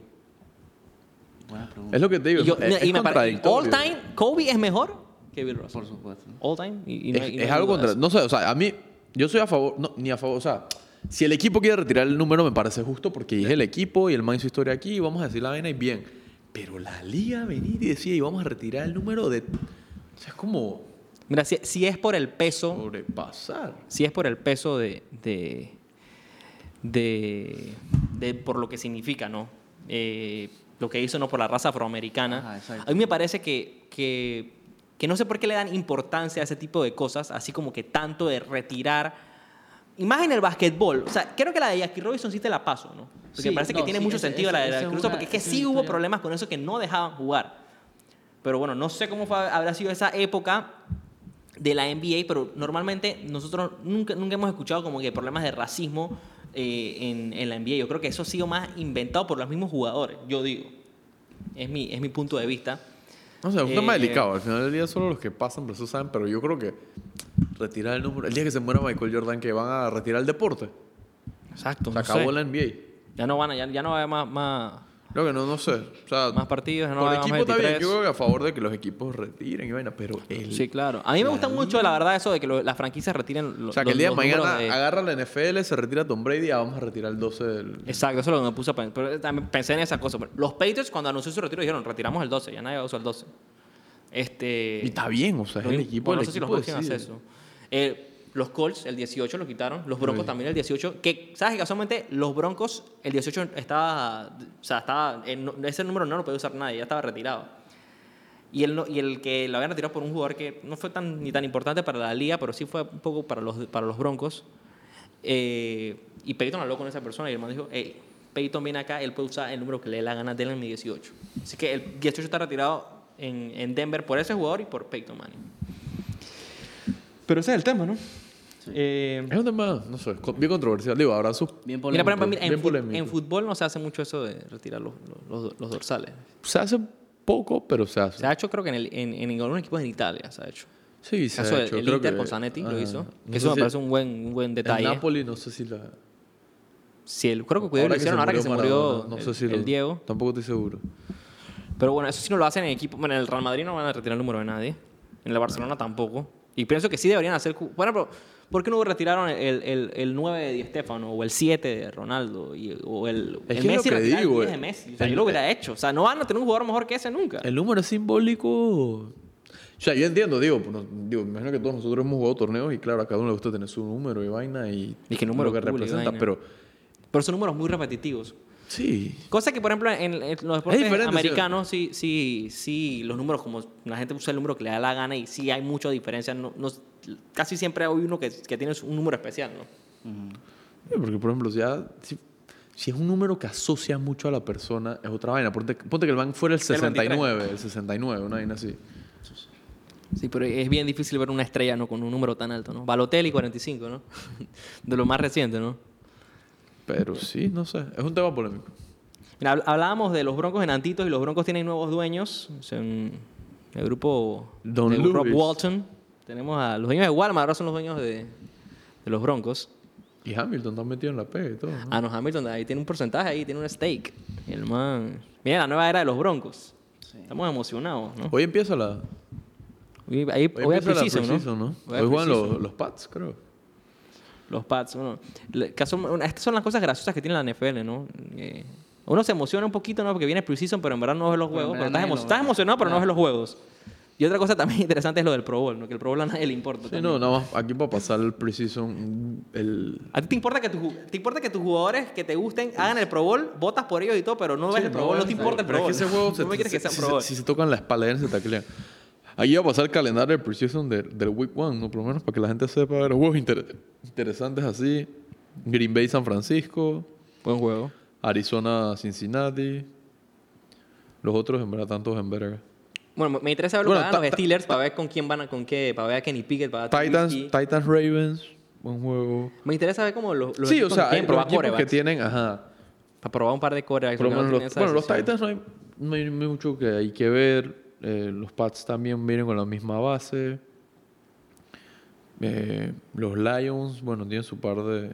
Buena pregunta.
Es lo que te digo,
Y yo-
es, es
y me parece-
contradictorio.
all time, Kobe es mejor que Bill Russell.
Por supuesto.
All time. y- y no
es,
hay- y no
es
hay
algo
duda de
contra...
eso.
No sé, o sea, a mí... Yo soy a favor... No, ni a favor, o sea... Si el equipo quiere retirar el número, me parece justo porque es el equipo y el man hizo historia aquí y vamos a decir la vaina y bien. Pero la liga venir y decir y vamos a retirar el número de... O sea, es como
Mira, si, si es por el peso,
sobrepasar.
si es por el peso de, de, de, de- por lo que significa, ¿no? Eh, lo que hizo, ¿no? Por la raza afroamericana.
Ajá, exacto.
a mí me parece que, que, que no sé por qué le dan importancia a ese tipo de cosas, así como que tanto de retirar... Y más en el basquetbol. O sea, creo que la de Jackie Robinson sí te la paso, ¿no? Porque
Sí,
me parece que
no,
tiene
sí,
mucho
ese-
sentido
ese-
la de
esa es
Jackie Robinson,
una-
porque es que
esa es
sí
una
hubo
historia-
problemas con eso que no dejaban jugar. Pero bueno, no sé cómo fue- habrá sido esa época de la NBA, pero normalmente nosotros nunca, nunca hemos escuchado como que problemas de racismo eh, en, en la NBA. Yo creo que eso ha sido más inventado por los mismos jugadores, yo digo. Es mi, es mi punto de vista.
No sé, es un tema
Eh,
delicado. Al final del día solo los que pasan por eso saben, pero yo creo que retirar el número... El día que se muera Michael Jordan, que van a retirar el deporte.
Exacto.
Se
no
acabó
sé.
la NBA.
Ya no van a, ya, ya no va a haber más, más,
No, que no, no sé. O sea,
más partidos, ya no va
por
a haber más
equipo está bien.
23.
Yo creo que a favor de que los equipos retiren y vaina, pero el,
Sí, claro. A mí me gusta mucho, la verdad, eso de que lo- las franquicias retiren los
o sea, que el día de
los
mañana
números de-
agarra la NFL, se retira Tom Brady, ah, vamos a retirar el 12 del...
Exacto, eso es lo que me puse a pensar. Pero también pensé en esa cosa. Pero Los Patriots, cuando anunció su retiro, dijeron: retiramos el 12. Ya nadie usó el 12. Este,
Y está bien, o sea, es
Lo
el
mismo-
equipo,
bueno,
el
no sé si los
equipo
Bucks iban a hacer
decide.
eso. Eh, los Colts, el 18 lo quitaron. Los Broncos
Sí.
también el 18. Que, ¿sabes? Que casualmente los Broncos, el 18 estaba. O sea, estaba. eh, no- ese número no lo podía usar nadie, ya estaba retirado. Y el, no- y el que lo habían retirado por un jugador que no fue tan, ni tan importante para la liga, pero sí fue un poco para los, para los Broncos. Eh, y Peyton habló con esa persona y el man dijo, hey, Peyton viene acá, él puede usar el número que le dé la gana de él en mi 18. Así que el 18 está retirado en, en Denver por ese jugador y por Peyton Manning. Pero ese es el tema, ¿no? Eh,
Es un tema, no sé, con- bien controversial. Digo, habrá sus...
mira,
Bien
por
polémico.
ejemplo, mira, en,
bien
fut-
polémico.
en fútbol no se hace mucho eso de retirar los, los- los- los dorsales.
Se hace poco, pero se hace.
Se ha hecho creo que en, el, en, en algunos equipos en Italia se ha hecho.
sí, se
caso
ha
del-
hecho.
el
creo
Inter
que-
con Zanetti lo
ajá.
hizo.
No
que
sé
eso
si-
me parece un buen, un buen
El
detalle.
Napoli, no sé si la...
Si el, creo que Cuidado lo hicieron ahora que se murió
Maradona, no
el-
sé si lo-
el Diego.
Tampoco estoy seguro.
Pero bueno, eso sí no lo hacen en equipo. Bueno, en el Real Madrid no van a retirar el número de nadie. En el Barcelona tampoco. Y pienso que sí deberían hacer. cu- Bueno, pero ¿por qué no retiraron el, el, el 9 de Di Stéfano o el 7 de Ronaldo? Y, o el,
Es
el
que es lo que
retirar el
digo,
10
eh.
de Messi. O sea,
El-
yo lo hubiera hecho. O sea, no van a tener un jugador mejor que ese nunca.
El número es simbólico. O sea, yo entiendo, digo, pues, no- digo, me imagino que todos nosotros hemos jugado torneos y claro, a cada uno le gusta tener su número y vaina y,
Y que número
lo que
cool y
representa,
vaina.
pero
Pero son números muy repetitivos.
sí.
Cosa que, por ejemplo, en, en los deportes
diferente,
americanos, sí, sí, sí, los números, como la gente usa el número que le da la gana y sí hay mucha diferencia. No, no- casi siempre hay uno que, que tiene un número especial, ¿no?
Sí, Porque, por ejemplo, si, ya- si, si es un número que asocia mucho a la persona, es otra vaina. Ponte, ponte que el man fuera el 69, el, 69, una vaina así.
Sí, pero es bien difícil ver una estrella ¿no? con un número tan alto, ¿no? Balotelli 45, ¿no? De lo más reciente, ¿no?
Pero sí, no sé. Es un tema polémico.
Mira, habl- hablábamos de los Broncos enantitos y los Broncos tienen nuevos dueños. Son el grupo
Don
de Rob
Lewis.
Walton. Tenemos a los dueños de Walmart, ahora son los dueños de, de los Broncos.
Y Hamilton está metido en la pega y todo. ¿no?
Ah, no, Hamilton ahí tiene un porcentaje, ahí tiene un stake. El man. Mira, la nueva era de los Broncos. Estamos emocionados, ¿no?
Hoy empieza la.
Hoy, ahí- hoy hay
empieza la
preseason,
preseason,
¿no? hay
Hoy juegan
preseason.
los, los Pats, creo.
Los Pats, bueno, le- que son- una- estas son las cosas graciosas que tiene la NFL, ¿no? Eh, uno se emociona un poquito, ¿no? Porque viene preseason, pero en verdad no ves los
Pero en
juegos. Pero estás,
verdad nadie
emo-
lo ve.
estás emocionado, pero no ves los juegos. Y otra cosa también interesante es lo del Pro Bowl, ¿no? Que el Pro Bowl a nadie le importa.
Sí,
también.
no, nada más aquí para pasar el preseason. El...
A ti te importa, que tus ju- te importa que tus jugadores que te gusten hagan el Pro Bowl, votas por ellos y todo, pero no ves el Pro Bowl, no te importa el Pro
eh, Pero
Bowl.
es que ese juego,
no
se-
me quieres que sea
si,
Pro Bowl.
si- si se tocan la espalda, se taclean. Aquí va a pasar el calendario del preseason de- del Week One, ¿no? Por lo menos para que la gente sepa. Los juegos inter- interesantes así. Green Bay, San Francisco.
Buen juego.
Arizona, Cincinnati. Los otros, en verdad, tantos en verga.
Bueno, me- me interesa ver lo
Bueno,
que hagan
ta-
los
ta-
Steelers para ver con quién van a, con qué, para ver a Kenny Pickett, para ver a
Titans,
Trubisky.
Titans, Ravens. Buen juego.
Me interesa ver cómo los, los
sí, o
equipos
sea,
que
hay
quieren
los
probar
equipos que
quarterbacks.
tienen, ajá.
Para probar un par de corebacks.
Por lo
porque no
menos
tienen
los,
esa
bueno, los
decisión.
Titans no hay, no hay mucho que hay que ver. Eh, los Pats también vienen con la misma base. Eh, los Lions, bueno, tienen su par de,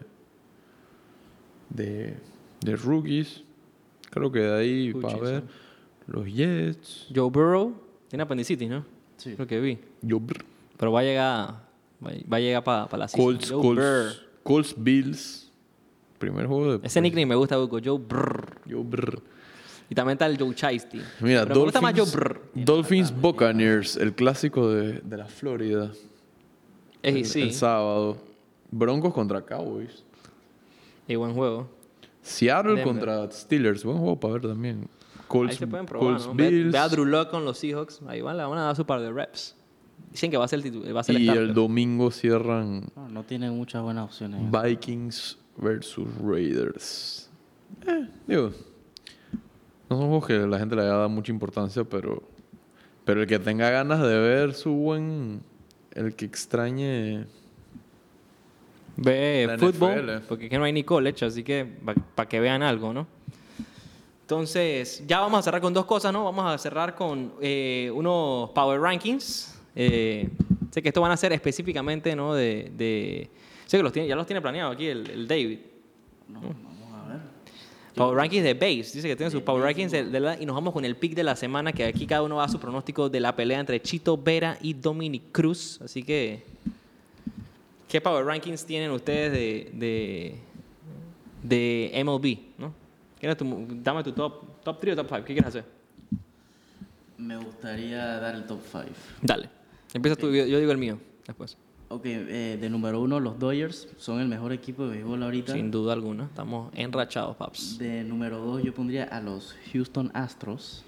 de, de rookies. Creo que de ahí para
Hutchinson.
ver. Los Jets.
Joe Burrow tiene apendicitis, ¿no?
Sí.
Lo que vi.
Yo,
Pero va a llegar va va a llegar para la season.
Colts,
Joe
Colts,
Burr.
Colts, Bills. Primer juego de.
Ese nickname me gusta, Buco. Joe Brr.
Yo, brr.
Y también está el Joe Chaisty.
Mira,
Pero me gusta más Joe
Dolphins,
Brr.
Dolphins Buccaneers, el clásico de, de la Florida.
Ey,
el,
sí.
el sábado. Broncos contra Cowboys.
Y buen juego.
Seattle
Denver.
contra Steelers. Buen juego para ver también.
Ahí
Colts,
se pueden probar,
Colts
¿no? Ve-
Bills.
Ve a Drew Lock con los Seahawks. Ahí van, le van a dar su par de reps. Dicen que va a ser el titular. Va a ser el
y el
starter.
domingo cierran
No, no tiene muchas buenas opciones.
Vikings versus Raiders. Eh, digo, no son juegos que la gente le haya dado mucha importancia, pero, pero el que tenga ganas de ver su buen. El que extrañe.
Ve
La NFL.
fútbol. Porque es que no hay ni college, así que para que vean algo, ¿no? Entonces, ya vamos a cerrar con dos cosas, ¿no? Vamos a cerrar con eh, unos Power Rankings. Eh, sé que esto van a ser específicamente, ¿no? De, de- sé que los tiene, ya los tiene planeado aquí el, el David. Power Rankings de Base. Dice que tiene sus Power Rankings de, de la- y nos vamos con el pick de la semana, que aquí cada uno va a su pronóstico de la pelea entre Chito Vera y Dominic Cruz. Así que, ¿qué Power Rankings tienen ustedes de, de, de MLB? ¿no? ¿Quién es tu- dame tu top, top 3 o top 5. ¿Qué quieres hacer?
Me gustaría dar el top 5.
Dale. Empieza tú, yo, yo digo el mío después.
Ok, eh, de número uno, los Dodgers son el mejor equipo de béisbol ahorita.
Sin duda alguna. Estamos enrachados, paps.
De número dos, yo pondría a los Houston Astros.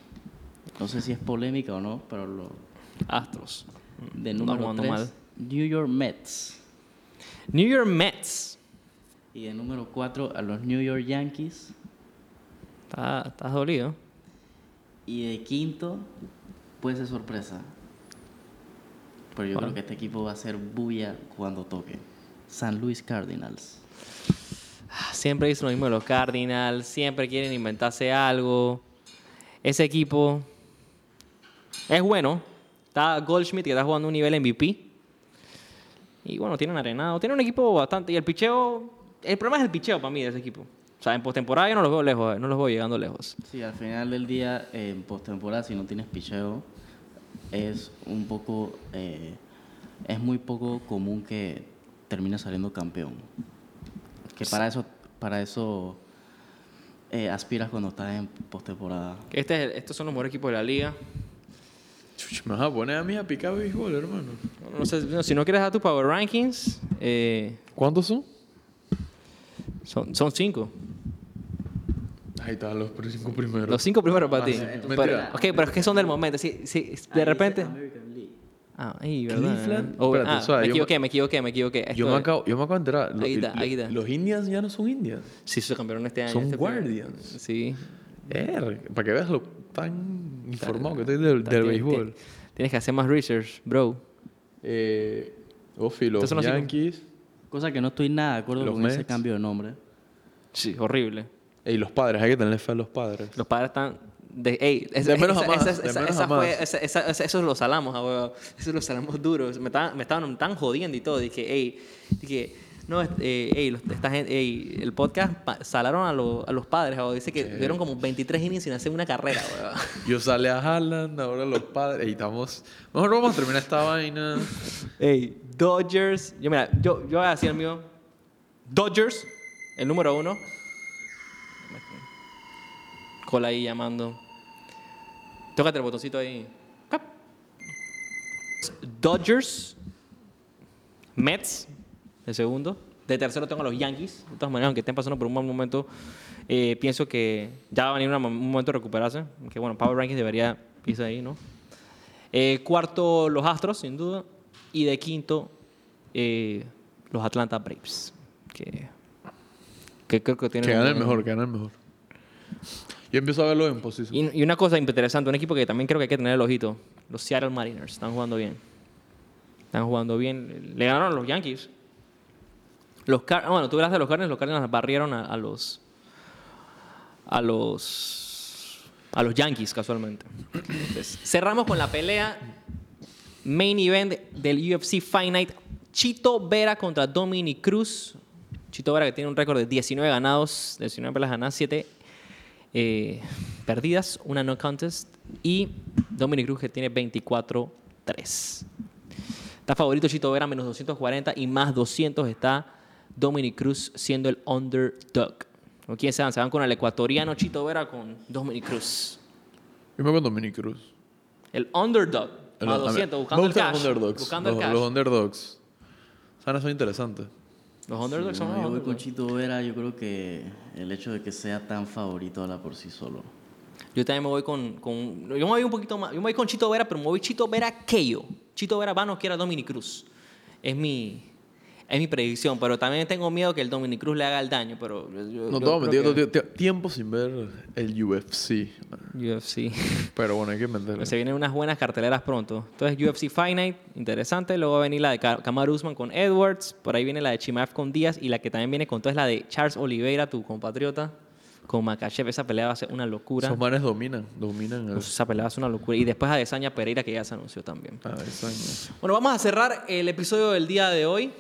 No sé si es polémica o no, pero lo...
Astros.
de
Está
número
jugando
tres,
mal.
New York Mets.
New York Mets.
Y de número cuatro, a los New York Yankees.
Está- Estás dolido.
Y de quinto, puede ser sorpresa. Pero yo creo que este equipo va a ser bulla cuando toque. San Luis Cardinals.
Siempre dicen lo mismo de los Cardinals, siempre quieren inventarse algo. Ese equipo es bueno. Está Goldschmidt que está jugando un nivel MVP. Y bueno, tienen arenado. Tienen un equipo bastante. Y el picheo. El problema es el picheo para mí de ese equipo. O sea, en postemporada yo no los veo lejos, eh, no los veo llegando lejos.
Sí, al final del día, eh, en postemporada, si no tienes picheo, es un poco. eh, es muy poco común que termines saliendo campeón. Que para eso, para eso eh, aspiras cuando estás en postemporada.
Este es el- estos son los mejores equipos de la liga.
Chuch, me vas a poner a mí a picar béisbol, hermano.
No sé, no, si no quieres dar tus Power Rankings, eh,
¿Cuántos son?
son, son cinco.
Ahí están los pr- cinco primeros.
Los cinco primeros para
Ah,
ti.
sí,
Pero-
mentira.
ok, pero es que son del momento. Si, si- si de repente. Ah, ay, verdad.
Cleveland.
Oh,
Espérate,
ah,
o sea,
me
yo
equivoqué, me equivoqué, me equivoqué.
yo,
Esto
me
es-
acabo, yo me acabo de enterar. Lo-
Ahí está, ahí está.
Los Indians ya no son Indians.
Sí, se cambiaron este año.
Son
este primer-
Guardians.
Sí.
Er, para que veas lo tan informado que estoy del, del
Tienes-
béisbol.
tienes- Tienes que hacer más research, bro.
Eh, Ofi, los
Estos son los cinco.
Yankees.
Cosa que no estoy nada de acuerdo
Los
con ese
Mets.
cambio de nombre.
Sí, horrible.
Y los padres, hay que tenerle fe a los padres.
Los padres están. De, ey, es-
De menos
esa-
a más,
esa-
de
esa-
menos
esa
a más.
fue- esa- esa- esa- Esos los salamos, abuelo. Esos los salamos duros. Me estaban, me estaban tan jodiendo y todo. Dije, ey, dije, no, es- eh, ey, los- esta gente, ey, el podcast pa- salaron a, lo- a los padres, abuelo. Dice que tuvieron como 23 innings sin hacer una carrera, abuelo.
Yo sale a Haaland, ahora los padres. Y estamos. Mejor vamos a terminar esta vaina.
Ey, Dodgers. Yo, mira, yo, yo voy a decir el mío. Dodgers, el número uno. Cola ahí llamando. Tócate el botoncito ahí. Cap. Dodgers. Mets, de segundo. De tercero tengo a los Yankees. De todas maneras, aunque estén pasando por un mal momento, eh, pienso que ya va a venir una- un momento de recuperarse. Que bueno, Power Rankings debería irse ahí, ¿no? Eh, cuarto, los Astros, sin duda. Y de quinto, eh, los Atlanta Braves. Que, que creo que tienen.
Que gane el
un-
mejor, que gane el mejor. Yo empiezo a verlo en posición.
Y, y una cosa interesante, un equipo que también creo que hay que tener el ojito: los Seattle Mariners. Están jugando bien. Están jugando bien. Le ganaron a los Yankees. Los Car- ah, bueno, tú hablaste de los Cardinals. Los Cardinals barrieron a, a los. A los. A los Yankees, casualmente. Entonces, cerramos con la pelea main event del UFC Fight Night. Chito Vera contra Dominic Cruz. Chito Vera que tiene un récord de 19 ganados, 19 peleas ganadas, 7 eh, perdidas, una no contest. Y Dominic Cruz que tiene 24-3. Está favorito Chito Vera menos 240 y más 200 está Dominic Cruz siendo el underdog. ¿Con quién se van? Se van con el ecuatoriano Chito Vera o con Dominic Cruz.
Yo me voy con Dominic Cruz.
El underdog. Más 200, Ah, buscando
Me
el
gustan
cash.
Los underdogs.
Buscando
los,
el cash.
los underdogs. Sana son interesantes.
Los underdogs son
No,
los
yo voy con
underdogs.
Chito Vera, yo creo que el hecho de que sea tan favorito habla por sí solo.
Yo también me voy con, con- Yo me voy un poquito más. Yo me voy con Chito Vera, pero me voy Chito Vera Keio. Chito Vera va a noquear a Dominic Cruz. Es mi. Es mi predicción, pero también tengo miedo que el Dominic Cruz le haga el daño, pero yo- yo- yo
No te voy a mentir,
creo
yo tengo tie- tiempo sin ver el UFC.
que- UFC.
Pero bueno, hay que meterle.
Se vienen unas buenas carteleras pronto. Entonces, UFC Finite, interesante. Luego va a venir la de Ka- Kamaru Usman con Edwards. Por ahí viene la de Chimaev con Díaz. Y la que también viene con todo es la de Charles Oliveira, tu compatriota, con Makachev. Esa pelea va a ser una locura.
Esos manes dominan, dominan el...
Uf, Esa pelea es una locura. Y después a Desaña Pereira, que ya se anunció también.
Ah, esa mierda.
Bueno, vamos a cerrar el episodio del día de hoy.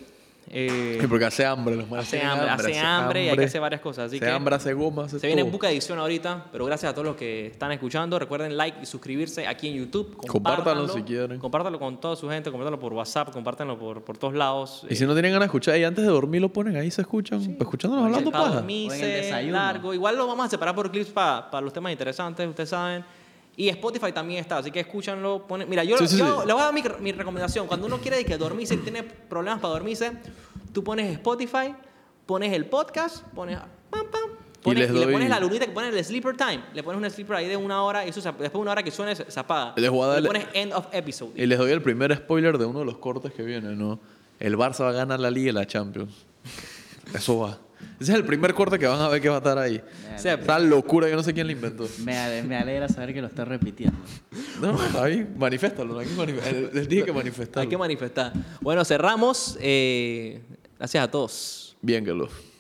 Eh,
Sí, porque hace hambre, los manes
hace
tienen
hambre, hace hambre y hay que hacer varias cosas. Así
hace
que
hambre, hace goma, hace
se viene
todo.
Buca Edición ahorita, pero gracias a todos los que están escuchando. Recuerden like y suscribirse aquí en YouTube.
Compártanlo si quieren.
Compártanlo con toda su gente, compártanlo por WhatsApp, compártanlo por, por todos lados.
Y si no tienen ganas de escuchar, y antes de dormir lo ponen ahí, se escuchan, Pues escuchándonos hablando
para
paja.
dormirse,
O en el desayuno.
largo. Igual lo vamos a separar por clips para los temas interesantes, ustedes saben. Y Spotify también está, así que escúchanlo. ponen- Mira, yo,
Sí, sí,
yo
sí.
le voy a dar mi, mi recomendación. Cuando uno quiere que dormirse y tiene problemas para dormirse, tú pones Spotify, pones el podcast, pones... Pam, pam, pones-
les
y le
doy-
pones la lunita que pone el sleeper time. Le pones un sleeper ahí de una hora y eso se- después de una hora que suene se, se apaga.
Les voy a
le
darle- Eh,
pones end of episode.
Y les doy el primer spoiler de uno de los cortes que viene, ¿no? El Barça va a ganar la Liga y la Champions. Eso va. Ese es el primer corte que van a ver que va a estar ahí.
O sea,
Tal locura, yo no sé quién la inventó.
Me, ale- me alegra saber que lo estás repitiendo.
No, ahí, manifiéstalo. Aquí manif- él- él dije que manifestarlo.
hay que manifestar. Bueno, cerramos. eh, gracias a todos.
Bien, Carlos.